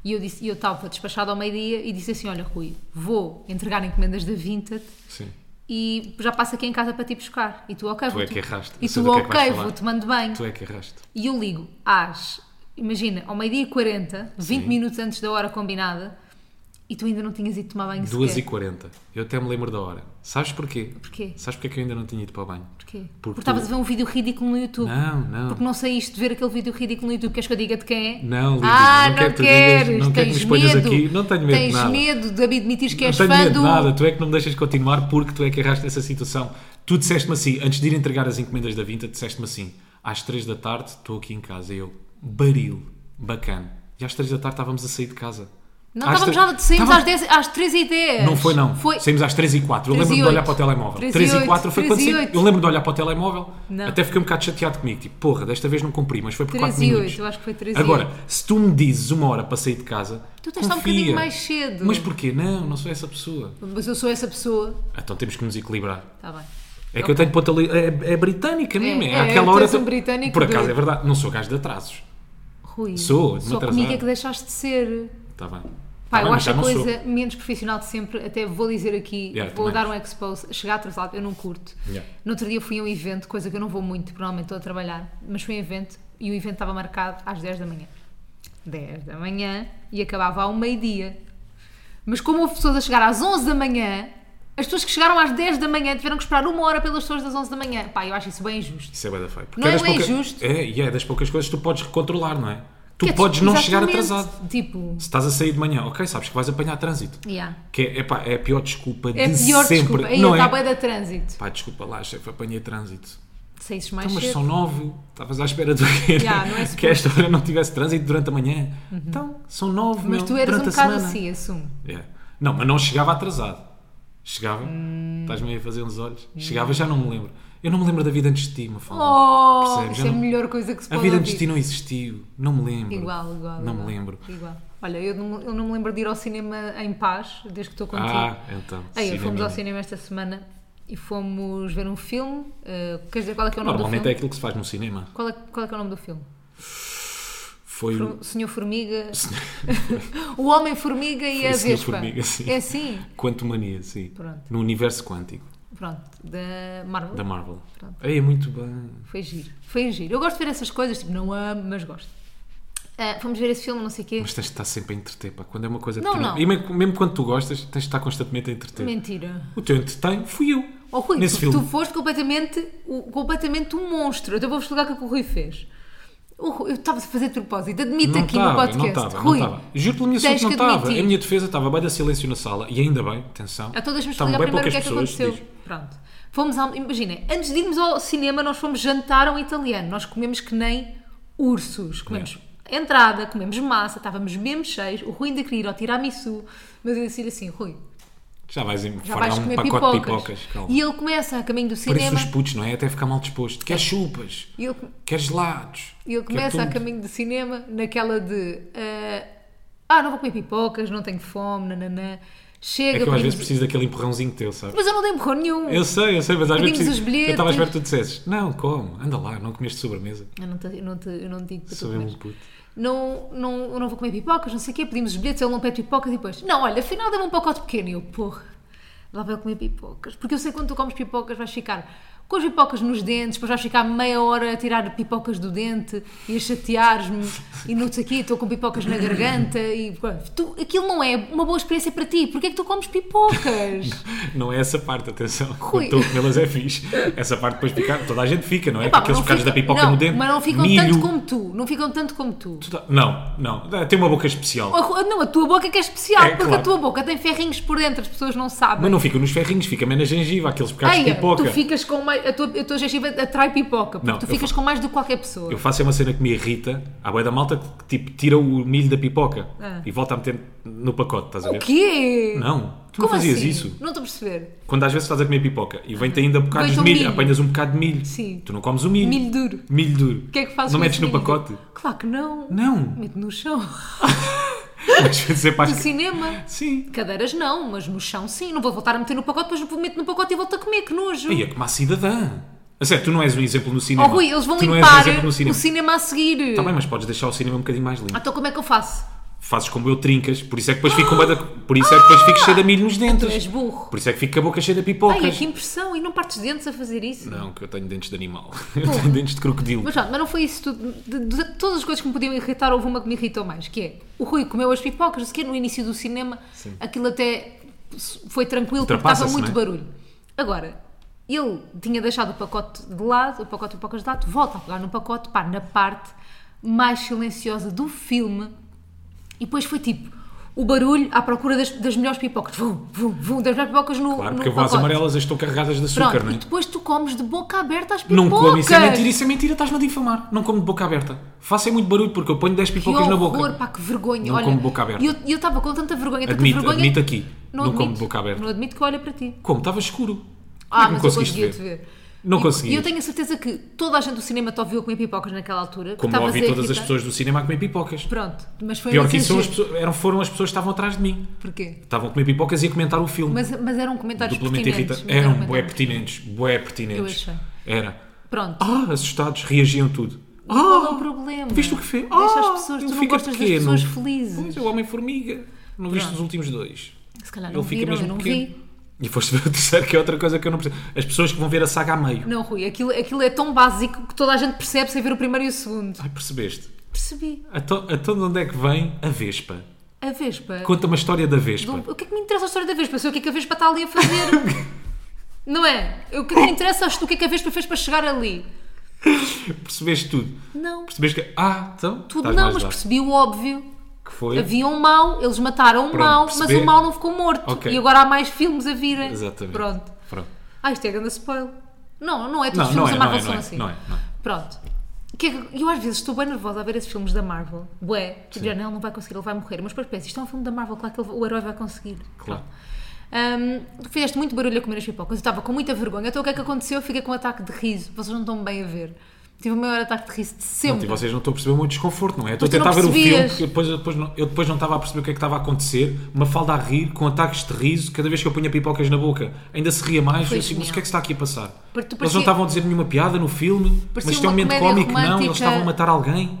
Speaker 1: E eu disse, e eu estava despachado ao meio-dia e disse assim: Olha, Rui, vou entregar encomendas da Vinted
Speaker 2: Sim.
Speaker 1: e já passo aqui em casa para te ir buscar. E tu, ok,
Speaker 2: Tu
Speaker 1: vou.
Speaker 2: é que erraste.
Speaker 1: E
Speaker 2: Eu sei
Speaker 1: tu,
Speaker 2: do que é que vais
Speaker 1: ok,
Speaker 2: falar.
Speaker 1: vou, te mando bem.
Speaker 2: Tu é que erraste.
Speaker 1: E eu ligo às, imagina, ao meio-dia e 40, 20 minutos antes da hora combinada, e tu ainda não tinhas ido tomar banho
Speaker 2: Duas e
Speaker 1: sequer.
Speaker 2: 40. Eu até me lembro da hora. Sabes porquê?
Speaker 1: Porquê?
Speaker 2: Sabes porquê que eu ainda não tinha ido para o banho?
Speaker 1: Porquê?
Speaker 2: Porque
Speaker 1: Porque estavas
Speaker 2: tu-
Speaker 1: a ver um vídeo ridículo no YouTube.
Speaker 2: Não, não.
Speaker 1: Porque não saíste de ver aquele vídeo ridículo no YouTube. Queres que eu diga de quem é?
Speaker 2: Não, Lídia,
Speaker 1: Ah,
Speaker 2: não
Speaker 1: não,
Speaker 2: quero que tu
Speaker 1: queres.
Speaker 2: digas, não quero que me
Speaker 1: tens
Speaker 2: exponhas
Speaker 1: medo.
Speaker 2: aqui. Não tenho medo de
Speaker 1: Tens
Speaker 2: nada.
Speaker 1: medo de admitires que
Speaker 2: Não
Speaker 1: és
Speaker 2: tenho
Speaker 1: fã
Speaker 2: medo de
Speaker 1: do...
Speaker 2: nada, tu é que não me deixas continuar porque tu é que erraste nessa situação. Tu disseste-me assim, antes de ir entregar as encomendas da Vinta, disseste-me assim, às 3 da tarde estou aqui em casa. E eu, baril, bacana. E às 3 da tarde estávamos a sair de casa.
Speaker 1: Não
Speaker 2: Às
Speaker 1: estávamos
Speaker 2: tre-
Speaker 1: nada, saímos
Speaker 2: Estava-
Speaker 1: às, 10, às 13 e 10.
Speaker 2: Não foi não,
Speaker 1: Foi...
Speaker 2: saímos às 3 e 4. Eu
Speaker 1: 3 e
Speaker 2: lembro-me de olhar para o
Speaker 1: 8.
Speaker 2: telemóvel. 3,
Speaker 1: 3 e
Speaker 2: e 4 foi
Speaker 1: 8.
Speaker 2: quando saí.
Speaker 1: 3 e 8.
Speaker 2: Eu lembro-me de olhar para o telemóvel.
Speaker 1: Não.
Speaker 2: Até fiquei um bocado chateado comigo. Tipo, porra, desta vez não cumpri, mas foi por
Speaker 1: 3
Speaker 2: 4
Speaker 1: e 8,
Speaker 2: minutos.
Speaker 1: eu acho que foi 3 e
Speaker 2: Agora,
Speaker 1: 8.
Speaker 2: se tu me dizes uma hora para sair de casa,
Speaker 1: Tu tens de estar um
Speaker 2: confia.
Speaker 1: bocadinho mais cedo.
Speaker 2: Mas porquê? Não, não sou essa pessoa.
Speaker 1: Mas eu sou essa pessoa.
Speaker 2: Então temos que nos equilibrar.
Speaker 1: Está bem.
Speaker 2: É que eu tenho ponta ali. É, é britânica mesmo. É,
Speaker 1: é,
Speaker 2: aquela
Speaker 1: tu
Speaker 2: hora.
Speaker 1: és um britânico
Speaker 2: Por acaso,
Speaker 1: de-
Speaker 2: é verdade. Não sou gajo de atrasos.
Speaker 1: Rui,
Speaker 2: Sou, de me
Speaker 1: só
Speaker 2: atrasar.
Speaker 1: comigo é que deixaste de ser.
Speaker 2: Está bem.
Speaker 1: Pá,
Speaker 2: Tá bem,
Speaker 1: eu
Speaker 2: mas
Speaker 1: acho
Speaker 2: já
Speaker 1: a
Speaker 2: não sou.
Speaker 1: coisa menos profissional de sempre, até vou dizer aqui,
Speaker 2: Yeah,
Speaker 1: vou
Speaker 2: também
Speaker 1: dar
Speaker 2: acho.
Speaker 1: um expose, chegar atrasado, eu não curto.
Speaker 2: Yeah.
Speaker 1: No outro dia fui a um evento, coisa que eu não vou muito, porque normalmente estou a trabalhar, mas fui a um evento e o evento estava marcado às 10 da manhã. 10 da manhã e acabava ao meio-dia. Mas como houve pessoas a chegar às 11 da manhã, as pessoas que chegaram às 10 da manhã tiveram que esperar uma hora pelas pessoas das 11 da manhã. Pá, eu acho isso bem injusto.
Speaker 2: Isso é bada feio. Porque
Speaker 1: Não é
Speaker 2: das
Speaker 1: bem
Speaker 2: pouca-
Speaker 1: justo.
Speaker 2: É, e é das poucas coisas que tu podes controlar, não é? Tu
Speaker 1: Que é-
Speaker 2: podes não chegar
Speaker 1: exatamente,
Speaker 2: atrasado.
Speaker 1: Tipo,
Speaker 2: Se estás a sair de manhã, ok, sabes que vais apanhar trânsito.
Speaker 1: yeah.
Speaker 2: Que é, epá, é a pior desculpa
Speaker 1: é
Speaker 2: de
Speaker 1: pior
Speaker 2: sempre.
Speaker 1: desculpa. Aí
Speaker 2: não
Speaker 1: eu
Speaker 2: é?
Speaker 1: estava da trânsito.
Speaker 2: Pá, desculpa lá, chefe, apanhei trânsito.
Speaker 1: Saíses mais
Speaker 2: Então, mas
Speaker 1: cedo.
Speaker 2: são nove. Estavas à espera do quê? né?
Speaker 1: Já, não é Uhum.
Speaker 2: que a esta hora não tivesse trânsito durante a manhã. Então, são nove,
Speaker 1: Mas
Speaker 2: meu,
Speaker 1: tu eras um
Speaker 2: durante a
Speaker 1: bocado
Speaker 2: semana.
Speaker 1: assim, assumo.
Speaker 2: É. Não, mas não chegava atrasado. Chegava. Estás-me aí a fazer uns olhos. Chegava, já não me lembro. Eu não me lembro da vida antes de ti, uma
Speaker 1: Oh,
Speaker 2: Percebes?
Speaker 1: isso
Speaker 2: Já
Speaker 1: é a
Speaker 2: não-
Speaker 1: melhor coisa que se
Speaker 2: A
Speaker 1: pode
Speaker 2: vida antes de ti
Speaker 1: ouvir.
Speaker 2: não existiu. Não me lembro.
Speaker 1: Igual, igual.
Speaker 2: Não
Speaker 1: igual,
Speaker 2: me lembro.
Speaker 1: Igual. Olha, eu não, eu não me lembro de ir ao cinema em paz, desde que estou contigo.
Speaker 2: Ah, então.
Speaker 1: Aí,
Speaker 2: cinema.
Speaker 1: fomos ao cinema esta semana e fomos ver um filme. eh, queres dizer qual é que é o nome do
Speaker 2: Normalmente
Speaker 1: filme?
Speaker 2: é aquilo que se faz no cinema.
Speaker 1: Qual, é, qual é que é o nome do filme?
Speaker 2: Foi o
Speaker 1: O Senhor Formiga. o Homem Formiga e
Speaker 2: Foi
Speaker 1: a
Speaker 2: o Senhor
Speaker 1: Vespa.
Speaker 2: Formiga, sim.
Speaker 1: É assim?
Speaker 2: Quantumania, sim.
Speaker 1: Pronto.
Speaker 2: No universo quântico.
Speaker 1: Pronto, da Marvel.
Speaker 2: Da Marvel.
Speaker 1: Pronto.
Speaker 2: Aí, é muito bem.
Speaker 1: Foi giro. Foi giro. Eu gosto de ver essas coisas, tipo, não amo, mas gosto. Ah, fomos ver esse filme, não sei o quê.
Speaker 2: Mas tens de estar sempre a entreter, pá. Quando é uma coisa que
Speaker 1: Não,
Speaker 2: tu
Speaker 1: não.
Speaker 2: E mesmo, mesmo quando tu gostas, tens de estar constantemente a entreter.
Speaker 1: Mentira.
Speaker 2: O teu entretém fui eu.
Speaker 1: Oh, Rui,
Speaker 2: Nesse
Speaker 1: tu,
Speaker 2: filme.
Speaker 1: tu foste completamente, o- completamente um monstro. Então vou-vos explicar o que é que o Rui fez. O Rui- eu estava a fazer de propósito, admito aqui no
Speaker 2: tava,
Speaker 1: podcast.
Speaker 2: Não estava, não
Speaker 1: Rui,
Speaker 2: estava. Juro pela minha
Speaker 1: tens
Speaker 2: sorte, não
Speaker 1: que
Speaker 2: estava.
Speaker 1: admitir.
Speaker 2: A minha defesa estava bem da silêncio na sala. E ainda bem, atenção.
Speaker 1: Então deixa-me
Speaker 2: Estavam
Speaker 1: explicar primeiro o
Speaker 2: bem
Speaker 1: que é
Speaker 2: poucas
Speaker 1: que
Speaker 2: pessoas,
Speaker 1: aconteceu. Pronto. Fomos ao, imaginem, antes de irmos ao cinema, nós fomos jantar a um italiano. Nós comemos que nem ursos. Comemos entrada, comemos massa, estávamos mesmo cheios. O Rui ainda queria ir ao tiramisu. Mas eu disse assim, Rui,
Speaker 2: Já vais em
Speaker 1: já
Speaker 2: fará
Speaker 1: vais
Speaker 2: um
Speaker 1: comer
Speaker 2: pacote
Speaker 1: pipocas.
Speaker 2: de pipocas. é um Calma.
Speaker 1: E ele começa a caminho do
Speaker 2: Parece
Speaker 1: cinema.
Speaker 2: os putos, não é? Até ficar mal disposto. Quer chupas,
Speaker 1: E ele,
Speaker 2: quer gelados.
Speaker 1: E ele
Speaker 2: quer
Speaker 1: começa a
Speaker 2: é tudo.
Speaker 1: caminho do cinema naquela de eh, ah, não vou comer pipocas, não tenho fome, nananã. Chega,
Speaker 2: É que eu às
Speaker 1: pedimos-
Speaker 2: vezes preciso daquele empurrãozinho teu, sabe?
Speaker 1: mas eu não dei empurrão nenhum.
Speaker 2: Eu sei, eu sei, mas às
Speaker 1: Pedimos
Speaker 2: vezes preciso.
Speaker 1: os bilhetes.
Speaker 2: Eu estava à espera que tu dissesses: Não, como? Anda lá, não comeste sobremesa.
Speaker 1: Eu não, te, eu, não te, eu não te digo para tu
Speaker 2: Sou mesmo
Speaker 1: comeres.
Speaker 2: um puto.
Speaker 1: Não, não, eu não vou comer pipocas, não sei o quê, pedimos os bilhetes, ele não pede pipocas e depois, não, olha, afinal dá-me um pacote pequeno. E eu, porra, lá vai ele comer pipocas. Porque eu sei que quando tu comes pipocas vais ficar com as pipocas nos dentes, depois vais ficar meia hora a tirar pipocas do dente e a chatear-me e não sei o quê, estou com pipocas na garganta e pronto. tu, aquilo não é uma boa experiência para ti. Porquê é que tu comes pipocas?
Speaker 2: Não é essa parte, atenção.
Speaker 1: Rui.
Speaker 2: Quando estou a comê-las é fixe. Essa parte depois fica. Toda a gente fica, não é?
Speaker 1: Epá,
Speaker 2: Com
Speaker 1: mas
Speaker 2: aqueles
Speaker 1: não
Speaker 2: bocados da
Speaker 1: fica-
Speaker 2: pipoca
Speaker 1: não,
Speaker 2: no dente.
Speaker 1: Mas não ficam
Speaker 2: milho.
Speaker 1: tanto como tu, não ficam tanto como tu.
Speaker 2: Toda- Não, não. É, Tem uma boca especial.
Speaker 1: A ru- Não, a tua boca que é especial,
Speaker 2: É,
Speaker 1: porque a
Speaker 2: claro.
Speaker 1: tua boca tem ferrinhos por dentro, as pessoas não sabem.
Speaker 2: Mas não fica nos ferrinhos, fica menos na gengiva, aqueles bocados de
Speaker 1: Eia,
Speaker 2: pipoca.
Speaker 1: tu ficas com mais. A tua, a tua gengiva atrai pipoca, porque
Speaker 2: Não,
Speaker 1: tu
Speaker 2: eu
Speaker 1: ficas com mais do que qualquer pessoa.
Speaker 2: Eu faço é uma cena que me irrita. Há boia da malta que tipo, tira o milho da pipoca
Speaker 1: Ah.
Speaker 2: e volta a meter no pacote, estás a ver?
Speaker 1: O quê?
Speaker 2: Não, tu
Speaker 1: Como
Speaker 2: não fazias
Speaker 1: assim?
Speaker 2: isso.
Speaker 1: Não estou a perceber.
Speaker 2: Quando às vezes estás a comer pipoca e vem-te ainda bocados
Speaker 1: Vem-te
Speaker 2: de
Speaker 1: um
Speaker 2: milho,
Speaker 1: milho.
Speaker 2: apanhas um bocado de milho.
Speaker 1: Sim.
Speaker 2: Tu não comes o milho.
Speaker 1: Milho duro.
Speaker 2: Milho duro.
Speaker 1: O que é que fazes
Speaker 2: Não
Speaker 1: com
Speaker 2: metes
Speaker 1: esse
Speaker 2: no
Speaker 1: milho?
Speaker 2: pacote?
Speaker 1: Claro que não.
Speaker 2: Não.
Speaker 1: Mete no chão.
Speaker 2: Mas vezes é para
Speaker 1: No
Speaker 2: as-
Speaker 1: cinema.
Speaker 2: Sim.
Speaker 1: Cadeiras não, mas no chão sim. Não vou voltar a meter no pacote, depois meto no pacote e volto a comer, que nojo.
Speaker 2: Aí é como a cidadã. A sério, tu não és um exemplo no
Speaker 1: Oh
Speaker 2: cinema.
Speaker 1: Rui, eles vão
Speaker 2: tu não
Speaker 1: limpar
Speaker 2: és um exemplo no
Speaker 1: o
Speaker 2: cinema.
Speaker 1: cinema a seguir.
Speaker 2: Está bem, mas podes deixar o cinema um bocadinho mais limpo.
Speaker 1: Então como é que eu faço?
Speaker 2: Fazes como eu trincas, por isso é que depois fico com bué da- por isso é que depois fico cheio de milho nos
Speaker 1: Ah. Tu
Speaker 2: dentes.
Speaker 1: és burro.
Speaker 2: Por isso é que fico com a boca cheia de
Speaker 1: Ai,
Speaker 2: pipocas.
Speaker 1: que impressão! E não partes dentes a fazer isso?
Speaker 2: Não, que eu tenho dentes de animal. Eu tenho dentes de crocodilo.
Speaker 1: Mas, pronto, mas não foi isso tudo. De, de- de todas as coisas que me podiam irritar, houve uma que me irritou mais, que é o Rui comeu as pipocas, não sei o quê, no início do cinema, aquilo até foi tranquilo porque estava
Speaker 2: Ultrapassa-se,
Speaker 1: muito
Speaker 2: não é?
Speaker 1: barulho. Agora, ele tinha deixado o pacote de lado, o pacote de pipocas de lado, volta a pegar no pacote, pá, na parte mais silenciosa do filme, e depois foi tipo. O barulho à procura das, das melhores pipocas. Vum, vum, vum, das melhores pipocas no.
Speaker 2: Claro,
Speaker 1: no
Speaker 2: porque as
Speaker 1: pacote.
Speaker 2: amarelas estão carregadas de açúcar,
Speaker 1: Pronto,
Speaker 2: não
Speaker 1: e
Speaker 2: é?
Speaker 1: depois tu comes de boca aberta as pipocas.
Speaker 2: Não como, isso é mentira, isso é mentira, estás-me a difamar. Não como de boca aberta. Façam muito barulho porque eu ponho 10
Speaker 1: Que
Speaker 2: pipocas
Speaker 1: horror,
Speaker 2: na boca.
Speaker 1: pá, é que vergonha.
Speaker 2: Não
Speaker 1: olha,
Speaker 2: como boca aberta.
Speaker 1: E eu- e eu estava com tanta vergonha, tanta
Speaker 2: Admito,
Speaker 1: vergonha.
Speaker 2: admito aqui. Não, como de
Speaker 1: admito.
Speaker 2: boca aberta.
Speaker 1: Não admito que olha para ti.
Speaker 2: Como? Estava escuro. Como
Speaker 1: Ah,
Speaker 2: é que me
Speaker 1: mas eu
Speaker 2: conseguiste
Speaker 1: conseguia
Speaker 2: ver?
Speaker 1: te ver.
Speaker 2: Não
Speaker 1: E-
Speaker 2: conseguias.
Speaker 1: E eu tenho a certeza que toda a gente do cinema te ouviu a comer pipocas naquela altura. que
Speaker 2: Como
Speaker 1: estavas
Speaker 2: ouvi
Speaker 1: a
Speaker 2: todas as
Speaker 1: irritar.
Speaker 2: pessoas do cinema a comer pipocas.
Speaker 1: Pronto, mas foi
Speaker 2: Pior
Speaker 1: um
Speaker 2: que isso, são as
Speaker 1: exagero.
Speaker 2: pessoas, eram, foram as pessoas que estavam atrás de mim.
Speaker 1: Porquê?
Speaker 2: Estavam a comer pipocas e a comentar o filme.
Speaker 1: Mas, mas eram comentários
Speaker 2: Duplamente
Speaker 1: pertinentes.
Speaker 2: irrita.
Speaker 1: mas
Speaker 2: Eram bué
Speaker 1: comentários.
Speaker 2: pertinentes. Bué pertinentes.
Speaker 1: Eu achei.
Speaker 2: Era.
Speaker 1: Pronto.
Speaker 2: Ah, assustados, reagiam tudo.
Speaker 1: Qual é o
Speaker 2: Ah,
Speaker 1: problema?
Speaker 2: viste o que fez?
Speaker 1: Deixa as
Speaker 2: Ah,
Speaker 1: pessoas,
Speaker 2: ele
Speaker 1: tu não
Speaker 2: fica
Speaker 1: gostas
Speaker 2: pequeno.
Speaker 1: das pessoas felizes.
Speaker 2: Pois, é o Homem-Formiga. Não viste os últimos dois.
Speaker 1: Se calhar não viram, eu não vi.
Speaker 2: E foste ver o terceiro, que é outra coisa que eu não percebo. As pessoas que vão ver a saga a meio.
Speaker 1: Não, Rui, aquilo, aquilo é tão básico que toda a gente percebe sem ver o primeiro e o segundo.
Speaker 2: Ai, percebeste?
Speaker 1: Percebi.
Speaker 2: Então, então de onde é que vem a Vespa?
Speaker 1: A Vespa.
Speaker 2: Conta uma história da Vespa.
Speaker 1: Do- O que é que me interessa a história da Vespa? Eu sei o que é que a Vespa está ali a fazer. não é? O que é que me interessa o que é que a Vespa fez para chegar ali?
Speaker 2: Percebeste tudo.
Speaker 1: Não.
Speaker 2: Percebeste que. Ah, então.
Speaker 1: Tudo
Speaker 2: estás
Speaker 1: não,
Speaker 2: mais
Speaker 1: mas
Speaker 2: lá.
Speaker 1: percebi o óbvio.
Speaker 2: Que foi.
Speaker 1: Havia um mau, eles mataram um
Speaker 2: Pronto,
Speaker 1: mau, mas
Speaker 2: perceber.
Speaker 1: o mau não ficou morto.
Speaker 2: Ok.
Speaker 1: E agora há mais filmes a virem.
Speaker 2: Exatamente.
Speaker 1: Pronto.
Speaker 2: Pronto.
Speaker 1: Ah, isto é grande spoiler. Não, não é. Todos os
Speaker 2: Não,
Speaker 1: filmes
Speaker 2: não é,
Speaker 1: da
Speaker 2: não
Speaker 1: Marvel
Speaker 2: é, não
Speaker 1: são
Speaker 2: é,
Speaker 1: assim.
Speaker 2: não é, não é.
Speaker 1: Pronto. Que é que- eu às vezes estou bem nervosa a ver esses filmes da Marvel. Bué, tipo, já, não, ele não vai conseguir, ele vai morrer. Mas depois penso, isto é um filme da Marvel, claro que ele- o herói vai conseguir.
Speaker 2: Claro.
Speaker 1: Hum, tu fizeste muito barulho a comer as pipocas. Eu estava com muita vergonha. Então o que é que aconteceu? Eu fiquei com um ataque de riso. Vocês não estão bem a ver. Tive o maior ataque de riso de
Speaker 2: Pronto,
Speaker 1: sempre.
Speaker 2: e vocês não estão a perceber o meu desconforto, não é? Eu Estou a
Speaker 1: Mas tu não
Speaker 2: tentar ver o filme,
Speaker 1: percebias.
Speaker 2: porque depois, depois não- eu depois não estava a perceber o que é que estava a acontecer. Uma falda a rir, com ataques de riso, cada vez que eu punha pipocas na boca, ainda se ria mais.
Speaker 1: Foi
Speaker 2: eu assim, mas o
Speaker 1: genial.
Speaker 2: que é que se está aqui a passar?
Speaker 1: Porque tu
Speaker 2: Eles
Speaker 1: parecia-
Speaker 2: não estavam a dizer nenhuma piada no filme, mas
Speaker 1: Parecia
Speaker 2: isto é um
Speaker 1: uma
Speaker 2: momento
Speaker 1: comédia
Speaker 2: cómico, não.
Speaker 1: romântica.
Speaker 2: Eles estavam a matar alguém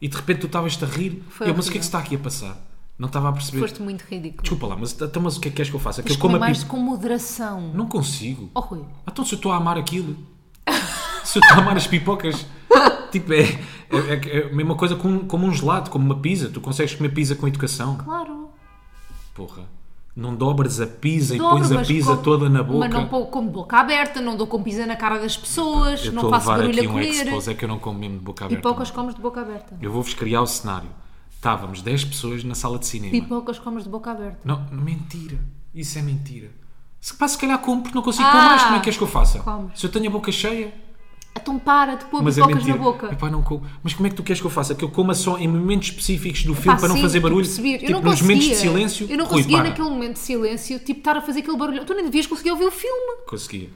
Speaker 2: e de repente tu estavas a rir.
Speaker 1: Foi
Speaker 2: Eu, mas o que
Speaker 1: horrível.
Speaker 2: é que se está aqui a passar? Não estava a perceber.
Speaker 1: Foste muito ridículo.
Speaker 2: Desculpa lá, mas, então, mas o que é que queres que eu faça? Que
Speaker 1: Mas
Speaker 2: eu coma
Speaker 1: comer mais
Speaker 2: pipo-
Speaker 1: com moderação.
Speaker 2: Não consigo.
Speaker 1: Oh, Rui.
Speaker 2: Ah, Então se eu estou a amar aquilo, se eu estou a amar as pipocas, tipo, é, é, é a mesma coisa como, como um gelado, como uma pizza. Tu consegues comer pizza com educação?
Speaker 1: Claro.
Speaker 2: Porra, não dobras a pizza
Speaker 1: Dobro,
Speaker 2: e pões a
Speaker 1: mas
Speaker 2: pizza
Speaker 1: como-
Speaker 2: toda na boca.
Speaker 1: Mas não pôo- como de boca aberta, não dou com pizza na cara das pessoas,
Speaker 2: eu
Speaker 1: não
Speaker 2: estou a
Speaker 1: faço
Speaker 2: levar
Speaker 1: barulho
Speaker 2: aqui
Speaker 1: a
Speaker 2: um
Speaker 1: comer.
Speaker 2: expose, é que eu não como mesmo de boca aberta.
Speaker 1: Pipocas
Speaker 2: não.
Speaker 1: comes de boca aberta.
Speaker 2: Eu vou-vos criar o cenário. Estávamos 10 pessoas na sala de cinema.
Speaker 1: Pipocas comes de boca aberta.
Speaker 2: Não, mentira. Isso é mentira. Se, pá, se calhar como, porque não consigo
Speaker 1: Ah!
Speaker 2: comer mais. Como é que és que eu faça?
Speaker 1: Comes.
Speaker 2: Se eu tenho a boca cheia,
Speaker 1: Então para de pôr
Speaker 2: mas é
Speaker 1: pipocas
Speaker 2: mentira.
Speaker 1: na boca.
Speaker 2: Epá, não como. Mas como é que tu queres que eu faça? Que eu coma só em momentos específicos do
Speaker 1: Pá,
Speaker 2: filme para não
Speaker 1: sim,
Speaker 2: fazer
Speaker 1: tipo,
Speaker 2: barulho?
Speaker 1: perceber. eu
Speaker 2: Tipo,
Speaker 1: não
Speaker 2: nos
Speaker 1: conseguia.
Speaker 2: momentos de silêncio?
Speaker 1: Eu não
Speaker 2: Rui,
Speaker 1: conseguia
Speaker 2: para.
Speaker 1: naquele momento de silêncio, tipo, estar a fazer aquele barulho. Tu nem devias conseguir ouvir o filme.
Speaker 2: Conseguia.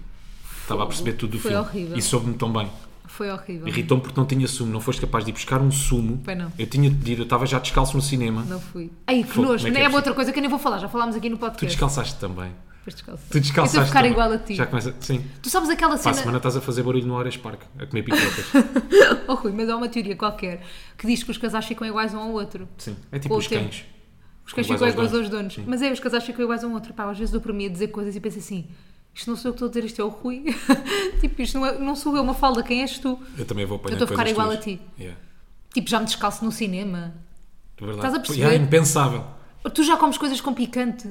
Speaker 2: Estava a perceber tudo do
Speaker 1: Foi
Speaker 2: filme.
Speaker 1: horrível.
Speaker 2: E soube-me tão bem.
Speaker 1: Foi horrível.
Speaker 2: Irritou-me porque não tinha sumo. Não foste capaz de ir buscar um sumo.
Speaker 1: Pois não.
Speaker 2: Eu tinha pedido. Eu estava já descalço no cinema.
Speaker 1: Não fui. Ai, que
Speaker 2: Fogo,
Speaker 1: nojo.
Speaker 2: como é que
Speaker 1: é
Speaker 2: é
Speaker 1: uma outra coisa que eu nem vou falar, já falámos aqui no
Speaker 2: Tu
Speaker 1: podcast.
Speaker 2: descalçaste também.
Speaker 1: Depois descalço.
Speaker 2: Tu descalçaste
Speaker 1: Eu estou a é ficar
Speaker 2: também.
Speaker 1: igual a ti.
Speaker 2: Já começa... Sim.
Speaker 1: Tu sabes aquela
Speaker 2: Para a
Speaker 1: cena.
Speaker 2: semana estás a fazer barulho no Horas Park. A comer pipocas.
Speaker 1: Oh, Rui, mas há uma teoria qualquer que diz que os casais ficam iguais um ao outro.
Speaker 2: Sim. É tipo
Speaker 1: Com o
Speaker 2: os
Speaker 1: tempo.
Speaker 2: cães.
Speaker 1: Os cães ficam iguais aos donos. Mas é, os casais ficam iguais um ao outro. Pá, às vezes dou para mim a dizer coisas e penso assim: isto não sou eu que estou a dizer, isto é o Rui. tipo, isto não, é- não sou eu, uma falda, quem és tu?
Speaker 2: Eu também vou apanhar
Speaker 1: Eu estou a
Speaker 2: coisas
Speaker 1: ficar igual
Speaker 2: tuas.
Speaker 1: a ti.
Speaker 2: Yeah.
Speaker 1: Tipo, já me descalço no cinema.
Speaker 2: É verdade.
Speaker 1: Estás a perceber?
Speaker 2: Yeah, É impensável.
Speaker 1: Tu já comes coisas com picante.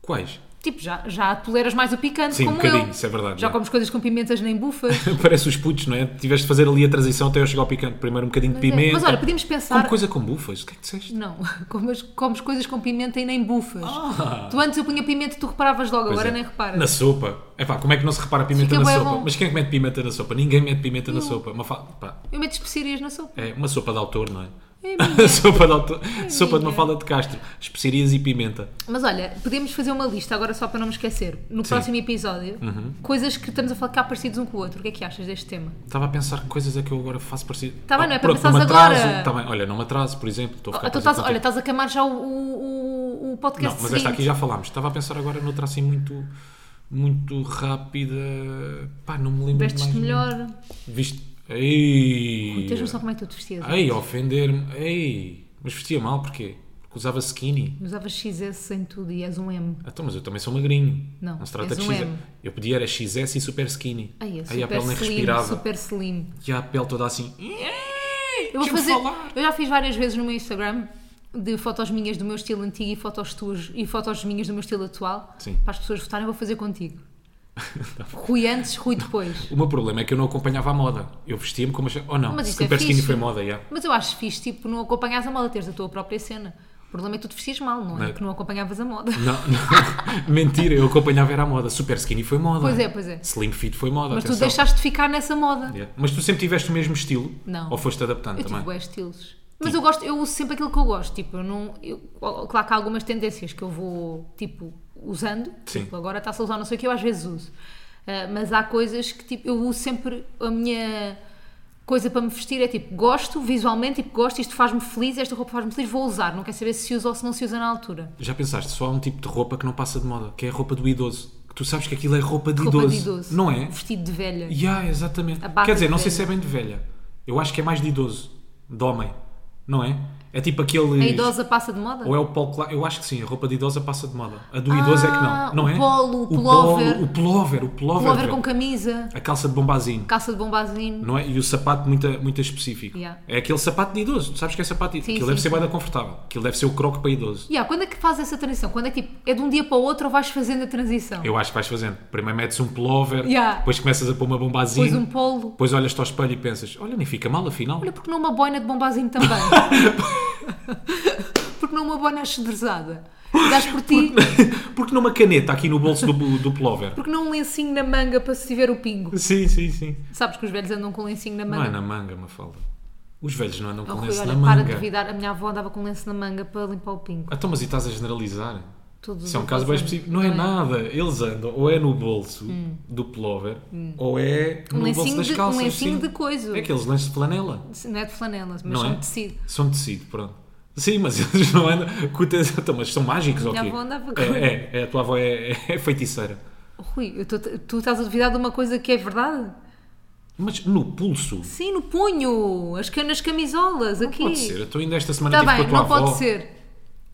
Speaker 2: Quais?
Speaker 1: Tipo, já, já toleras mais o picante
Speaker 2: Sim, um
Speaker 1: como
Speaker 2: bocadinho,
Speaker 1: eu.
Speaker 2: isso é verdade,
Speaker 1: Já
Speaker 2: é.
Speaker 1: comes coisas com pimentas nem bufas.
Speaker 2: Parece os putos, não é? Tiveste de fazer ali a transição até eu chegar ao picante. Primeiro um bocadinho de
Speaker 1: Mas é.
Speaker 2: pimenta.
Speaker 1: Mas olha, podíamos pensar-
Speaker 2: Como coisa com bufas. O que é que disseste?
Speaker 1: Não, comes, comes coisas com pimenta e nem bufas. Tu antes eu punha pimenta e tu reparavas logo,
Speaker 2: Ah. Pois
Speaker 1: agora
Speaker 2: é.
Speaker 1: nem reparas.
Speaker 2: Na sopa. Epá, como é que não se repara pimenta
Speaker 1: Fica
Speaker 2: na
Speaker 1: bué
Speaker 2: sopa?
Speaker 1: bom.
Speaker 2: Mas quem é que mete pimenta na sopa? Ninguém mete pimenta na sopa. Uma fa... pá,
Speaker 1: Eu meto especiarias na sopa.
Speaker 2: é uma sopa de autor, não é?
Speaker 1: É minha. É
Speaker 2: sopa de autor. sopa de
Speaker 1: minha.
Speaker 2: uma fala de Castro. Especiarias e pimenta.
Speaker 1: Mas olha, podemos fazer uma lista agora só para não me esquecer. No próximo episódio,
Speaker 2: Uhum.
Speaker 1: coisas que estamos a falar cá parecidos um com o outro. O que é que achas deste tema?
Speaker 2: Estava a pensar que coisas é que eu agora faço parecido.
Speaker 1: Tá bem, não é para
Speaker 2: não me
Speaker 1: pensares
Speaker 2: atraso.
Speaker 1: agora.
Speaker 2: Tá bem, olha, não me atraso, por exemplo. Estou a ficar
Speaker 1: Ah, tu
Speaker 2: parecido
Speaker 1: estás, olha,
Speaker 2: contigo.
Speaker 1: estás a camar já o, o, o- o podcast
Speaker 2: Não, mas esta
Speaker 1: seguinte.
Speaker 2: aqui já falámos. Estava a pensar agora noutra assim muito, muito rápida. Pá, não me lembro
Speaker 1: Vestes-te
Speaker 2: é mais um.
Speaker 1: melhor.
Speaker 2: Viste? Ei!
Speaker 1: Tens noção como é que tu te vestias?
Speaker 2: Ei, ofender-me. Ei! Mas vestia mal, porquê? Porque usava skinny.
Speaker 1: Usavas XS em tudo e és um M.
Speaker 2: Então, mas eu também sou magrinho.
Speaker 1: Não,
Speaker 2: se trata
Speaker 1: és
Speaker 2: de
Speaker 1: um
Speaker 2: XS.
Speaker 1: M.
Speaker 2: Eu podia era XS e super skinny.
Speaker 1: Ai, é
Speaker 2: Aí a
Speaker 1: super
Speaker 2: pele nem
Speaker 1: slim,
Speaker 2: respirava.
Speaker 1: super slim.
Speaker 2: E a pele toda assim.
Speaker 1: Eu vou
Speaker 2: Deixa-me
Speaker 1: fazer,
Speaker 2: falar.
Speaker 1: eu já fiz várias vezes no meu Instagram de fotos minhas do meu estilo antigo e fotos tuas e fotos minhas do meu estilo atual
Speaker 2: Sim.
Speaker 1: para as pessoas votarem, eu vou fazer contigo. Rui antes, Rui depois.
Speaker 2: O meu problema é que eu não acompanhava a moda. Eu vestia-me como achava. Oh não,
Speaker 1: Mas isso é
Speaker 2: super skinny
Speaker 1: fixe.
Speaker 2: foi moda, yeah.
Speaker 1: Mas eu acho fixe, tipo, não acompanhas a moda, teres a tua própria cena. O problema é que tu te vestias mal, não é?
Speaker 2: Não.
Speaker 1: Que não acompanhavas a moda.
Speaker 2: Não, não. mentira, eu acompanhava era a moda. Super skinny foi moda.
Speaker 1: Pois é, pois é.
Speaker 2: Slim fit foi moda.
Speaker 1: Mas tu
Speaker 2: atenção.
Speaker 1: deixaste de ficar nessa moda.
Speaker 2: Yeah. Mas tu sempre tiveste o mesmo estilo?
Speaker 1: Não.
Speaker 2: Ou foste adaptando
Speaker 1: Eu tive
Speaker 2: também? Tipo?
Speaker 1: bué estilos. Mas eu gosto, eu uso sempre aquilo que eu gosto. Tipo, eu não. Eu, claro que há algumas tendências que eu vou, tipo, usando.
Speaker 2: Sim.
Speaker 1: Tipo, agora está-se a usar não sei o que, eu às vezes uso. Ah, mas há coisas que, tipo, eu uso sempre a minha. Coisa para me vestir é tipo, gosto visualmente, tipo, gosto, isto faz-me feliz, esta roupa faz-me feliz, vou usar, não quero saber se se usa ou se não se usa na altura.
Speaker 2: Já pensaste, só há um tipo de roupa que não passa de moda, que é a roupa do idoso. Que tu sabes que aquilo é roupa de,
Speaker 1: Roupa
Speaker 2: idoso,
Speaker 1: de idoso.
Speaker 2: Não é?
Speaker 1: Vestido de velha.
Speaker 2: Yeah, exatamente.
Speaker 1: A barba
Speaker 2: Quer dizer,
Speaker 1: de
Speaker 2: não sei
Speaker 1: velha.
Speaker 2: se é bem de velha. Eu acho que é mais de idoso, de homem. Não é? É tipo aquele.
Speaker 1: A idosa passa de moda?
Speaker 2: Ou é o polo cla- Eu acho que sim, a roupa de idosa passa de moda. A do idoso é que não, não
Speaker 1: Ah, o
Speaker 2: é?
Speaker 1: polo, o
Speaker 2: polo,
Speaker 1: pullover.
Speaker 2: O pullover, o pullover.
Speaker 1: Pullover
Speaker 2: velho.
Speaker 1: com camisa,
Speaker 2: A calça de bombazinho.
Speaker 1: calça de bombazinho.
Speaker 2: Não é? E o sapato muito, muito específico.
Speaker 1: Yeah.
Speaker 2: É aquele sapato de idoso. Tu sabes que é sapato de idoso.
Speaker 1: Sim,
Speaker 2: Aquilo
Speaker 1: sim,
Speaker 2: deve ser
Speaker 1: sim.
Speaker 2: bada confortável. Aquilo deve ser o croque para idoso.
Speaker 1: Yeah, quando é que fazes essa transição? Quando é que tipo, é de um dia para o outro ou vais fazendo a transição?
Speaker 2: Eu acho que vais fazendo. Primeiro metes um pullover,
Speaker 1: Yeah.
Speaker 2: depois começas a pôr uma bombazinha,
Speaker 1: Pôs
Speaker 2: depois,
Speaker 1: um polo.
Speaker 2: olhas-te ao espelho e pensas: olha, nem fica mal afinal.
Speaker 1: Olha, porque não uma boina de bombazinho também? porque não uma boina achedrezada? Dás por ti?
Speaker 2: Porque numa caneta aqui no bolso do, do pullover.
Speaker 1: Porque não um lencinho na manga para se tiver o pingo?
Speaker 2: Sim, sim, sim.
Speaker 1: Sabes que os velhos andam com um lencinho na
Speaker 2: Não é
Speaker 1: manga?
Speaker 2: na manga, Mafalda. Os velhos não andam
Speaker 1: Oh,
Speaker 2: com um
Speaker 1: Rui,
Speaker 2: lenço
Speaker 1: olha,
Speaker 2: na
Speaker 1: para de
Speaker 2: manga.
Speaker 1: duvidar, a minha avó andava com um lenço na manga para limpar o pingo.
Speaker 2: Então, mas e estás a generalizar?
Speaker 1: Todos
Speaker 2: Isso é um
Speaker 1: os
Speaker 2: caso bem
Speaker 1: avós
Speaker 2: específico. Não é nada. Eles andam ou é no bolso do pullover ou é
Speaker 1: Hum. Um
Speaker 2: no bolso
Speaker 1: lencinho
Speaker 2: das
Speaker 1: de- um
Speaker 2: calças.
Speaker 1: lencinho
Speaker 2: sim.
Speaker 1: de coisa.
Speaker 2: É aqueles lenços de flanela.
Speaker 1: Não é de flanelas, mas
Speaker 2: Não
Speaker 1: são
Speaker 2: é?
Speaker 1: de tecido.
Speaker 2: São de tecido, pronto. Sim, mas eles não andam. com o te- Então, mas são mágicos ou
Speaker 1: Minha
Speaker 2: quê?
Speaker 1: avó andava com-
Speaker 2: É, é, é, a tua avó é, é feiticeira.
Speaker 1: Oh, Rui, eu tô- tu estás a duvidar de uma coisa que é verdade?
Speaker 2: Mas no pulso.
Speaker 1: Sim, no punho, as canas camisolas, aqui.
Speaker 2: Pode ser. Eu estou ainda esta semana
Speaker 1: Está
Speaker 2: tive
Speaker 1: Tá bem,
Speaker 2: com a
Speaker 1: não
Speaker 2: tua avó.
Speaker 1: pode ser.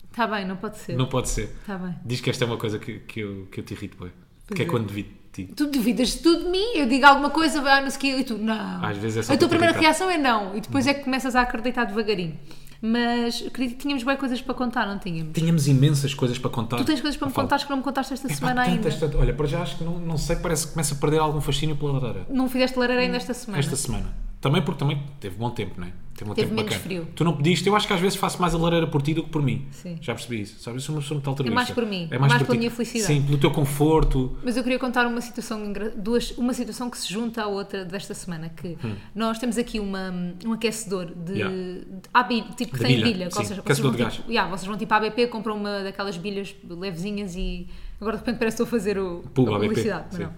Speaker 1: Está bem, não pode ser.
Speaker 2: Não pode ser.
Speaker 1: Está bem.
Speaker 2: Diz que esta é uma coisa que, que, eu, que eu te irrito, boi. Que é
Speaker 1: é.
Speaker 2: quando devido de ti.
Speaker 1: Tu duvidas de tudo de mim, eu digo alguma coisa, vai, não sei o quê, e tu, não.
Speaker 2: Às vezes é só
Speaker 1: A
Speaker 2: para Uhum.
Speaker 1: tua primeira
Speaker 2: acreditar.
Speaker 1: reação é não, e depois é que começas a acreditar devagarinho. Mas eu acredito que tínhamos bem coisas para contar, não tínhamos?
Speaker 2: Tínhamos imensas coisas para contar.
Speaker 1: Tu tens coisas para me
Speaker 2: Fala.
Speaker 1: contar que não me contaste esta
Speaker 2: Epá,
Speaker 1: semana ainda.
Speaker 2: tantas, tantas. Olha, para já acho que não, não sei, parece que começa a perder algum fascínio pela lareira.
Speaker 1: Não fizeste lareira ainda esta semana.
Speaker 2: Esta semana. Também porque também teve bom tempo, não é? Teve um
Speaker 1: Teve
Speaker 2: tempo
Speaker 1: menos
Speaker 2: bacana.
Speaker 1: frio.
Speaker 2: Tu não pediste, eu acho que às vezes faço mais a lareira por ti do que por mim.
Speaker 1: Sim.
Speaker 2: Já percebi isso. Sabes, eu sou uma pessoa muito altruísta.
Speaker 1: mais por mim, é mais
Speaker 2: por
Speaker 1: pela
Speaker 2: ti.
Speaker 1: minha felicidade.
Speaker 2: Sim, pelo teu conforto.
Speaker 1: Mas eu queria contar uma situação, engra- duas, uma situação que se junta à outra desta semana, que nós temos aqui uma, um aquecedor de,
Speaker 2: Hum. Yeah.
Speaker 1: de- há bi- tipo que
Speaker 2: De
Speaker 1: tem
Speaker 2: bilha,
Speaker 1: bilha, que, ou
Speaker 2: sim.
Speaker 1: seja, vocês
Speaker 2: Aquecedor
Speaker 1: vão,
Speaker 2: de
Speaker 1: tipo, yeah, vocês vão tipo à ABP, compram uma daquelas bilhas levezinhas e agora de repente parece que estou a fazer o,
Speaker 2: Pub,
Speaker 1: a
Speaker 2: ABP,
Speaker 1: publicidade, mas
Speaker 2: sim.
Speaker 1: não.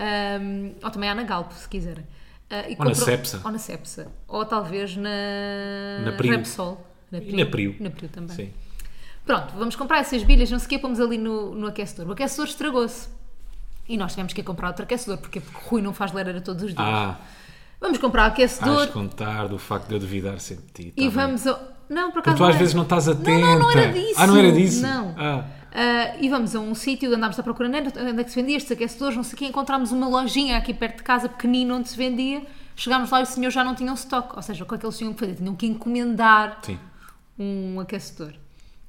Speaker 1: Ahm, ou também há na Galp, se quiserem. Ah, e
Speaker 2: Ou na
Speaker 1: compram-
Speaker 2: Cepsa.
Speaker 1: Ou na Cepsa. Ou talvez na,
Speaker 2: Na Priu.
Speaker 1: Repsol. Na
Speaker 2: E na Priu.
Speaker 1: Na Priu também.
Speaker 2: Sim.
Speaker 1: Pronto, vamos comprar essas bilhas, não sei o quê, pomos ali no, no aquecedor. O aquecedor estragou-se. E nós tivemos que ir comprar outro aquecedor, porque, porque Rui não faz lareira todos os dias.
Speaker 2: Ah,
Speaker 1: Vamos comprar o
Speaker 2: has de
Speaker 1: aquecedor
Speaker 2: contar do facto de eu duvidar sempre de ti. tá
Speaker 1: e
Speaker 2: bem.
Speaker 1: vamos ao... Não, por acaso
Speaker 2: Porque tu às
Speaker 1: era.
Speaker 2: vezes não estás atenta.
Speaker 1: Não, não, não era disso.
Speaker 2: Ah, não era disso?
Speaker 1: Não.
Speaker 2: Ah,
Speaker 1: Ah, e vamos a um sítio, andámos a procurar onde onde é que se vendia estes aquecedores, não sei o quê, encontramos uma lojinha aqui perto de casa, pequenina, onde se vendia. Chegámos lá e o senhor já não tinha um estoque. Ou seja, o que é que eles tinham que fazer? Tinham que encomendar
Speaker 2: sim.
Speaker 1: um aquecedor.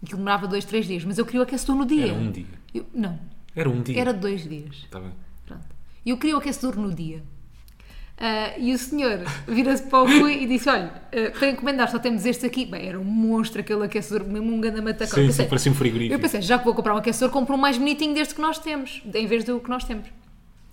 Speaker 1: Aquilo demorava dois, três dias, mas eu queria o aquecedor no dia.
Speaker 2: Era um dia.
Speaker 1: Eu- não,
Speaker 2: Era um dia.
Speaker 1: era dois dias.
Speaker 2: Tá bem.
Speaker 1: Pronto. E eu queria o aquecedor no dia. Ah, e o senhor vira-se para o Rui e disse: Olha, ah, para encomendar, só temos este aqui. Bem, era um monstro aquele aquecedor, mesmo um grande matacão.
Speaker 2: Sim,
Speaker 1: Eu
Speaker 2: sim,
Speaker 1: pensei-
Speaker 2: parecia um frigorífico.
Speaker 1: Eu pensei: já que vou comprar um aquecedor, compro um mais bonitinho deste que nós temos, em vez do que nós temos.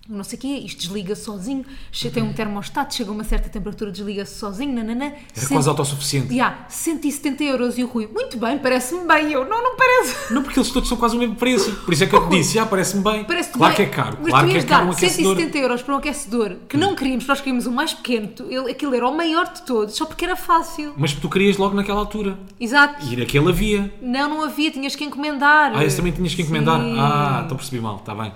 Speaker 1: Não sei o quê, isto desliga sozinho, che- tem um termostato, chega a uma certa temperatura, desliga-se sozinho, nananã.
Speaker 2: Era
Speaker 1: cento-
Speaker 2: quase autossuficiente.
Speaker 1: e há 170 euros. E o Rui: Muito bem, parece-me bem. E Eu: Não, não parece.
Speaker 2: Não, porque eles todos são quase o mesmo preço. Por isso é que eu te disse, ah, parece-me bem.
Speaker 1: Parece bem,
Speaker 2: claro que é caro.
Speaker 1: Mas
Speaker 2: claro
Speaker 1: tu
Speaker 2: que
Speaker 1: ias
Speaker 2: é caro
Speaker 1: dar
Speaker 2: um aquecedor.
Speaker 1: 170 euros para um aquecedor que não queríamos, nós queríamos o mais pequeno, tu- ele- aquilo era o maior de todos, só porque era fácil.
Speaker 2: Mas tu querias logo naquela altura.
Speaker 1: Exato.
Speaker 2: E naquele havia.
Speaker 1: Não, não havia, tinhas que encomendar.
Speaker 2: Ah, esse também tinhas que encomendar.
Speaker 1: Sim.
Speaker 2: Ah, então percebi mal, está bem.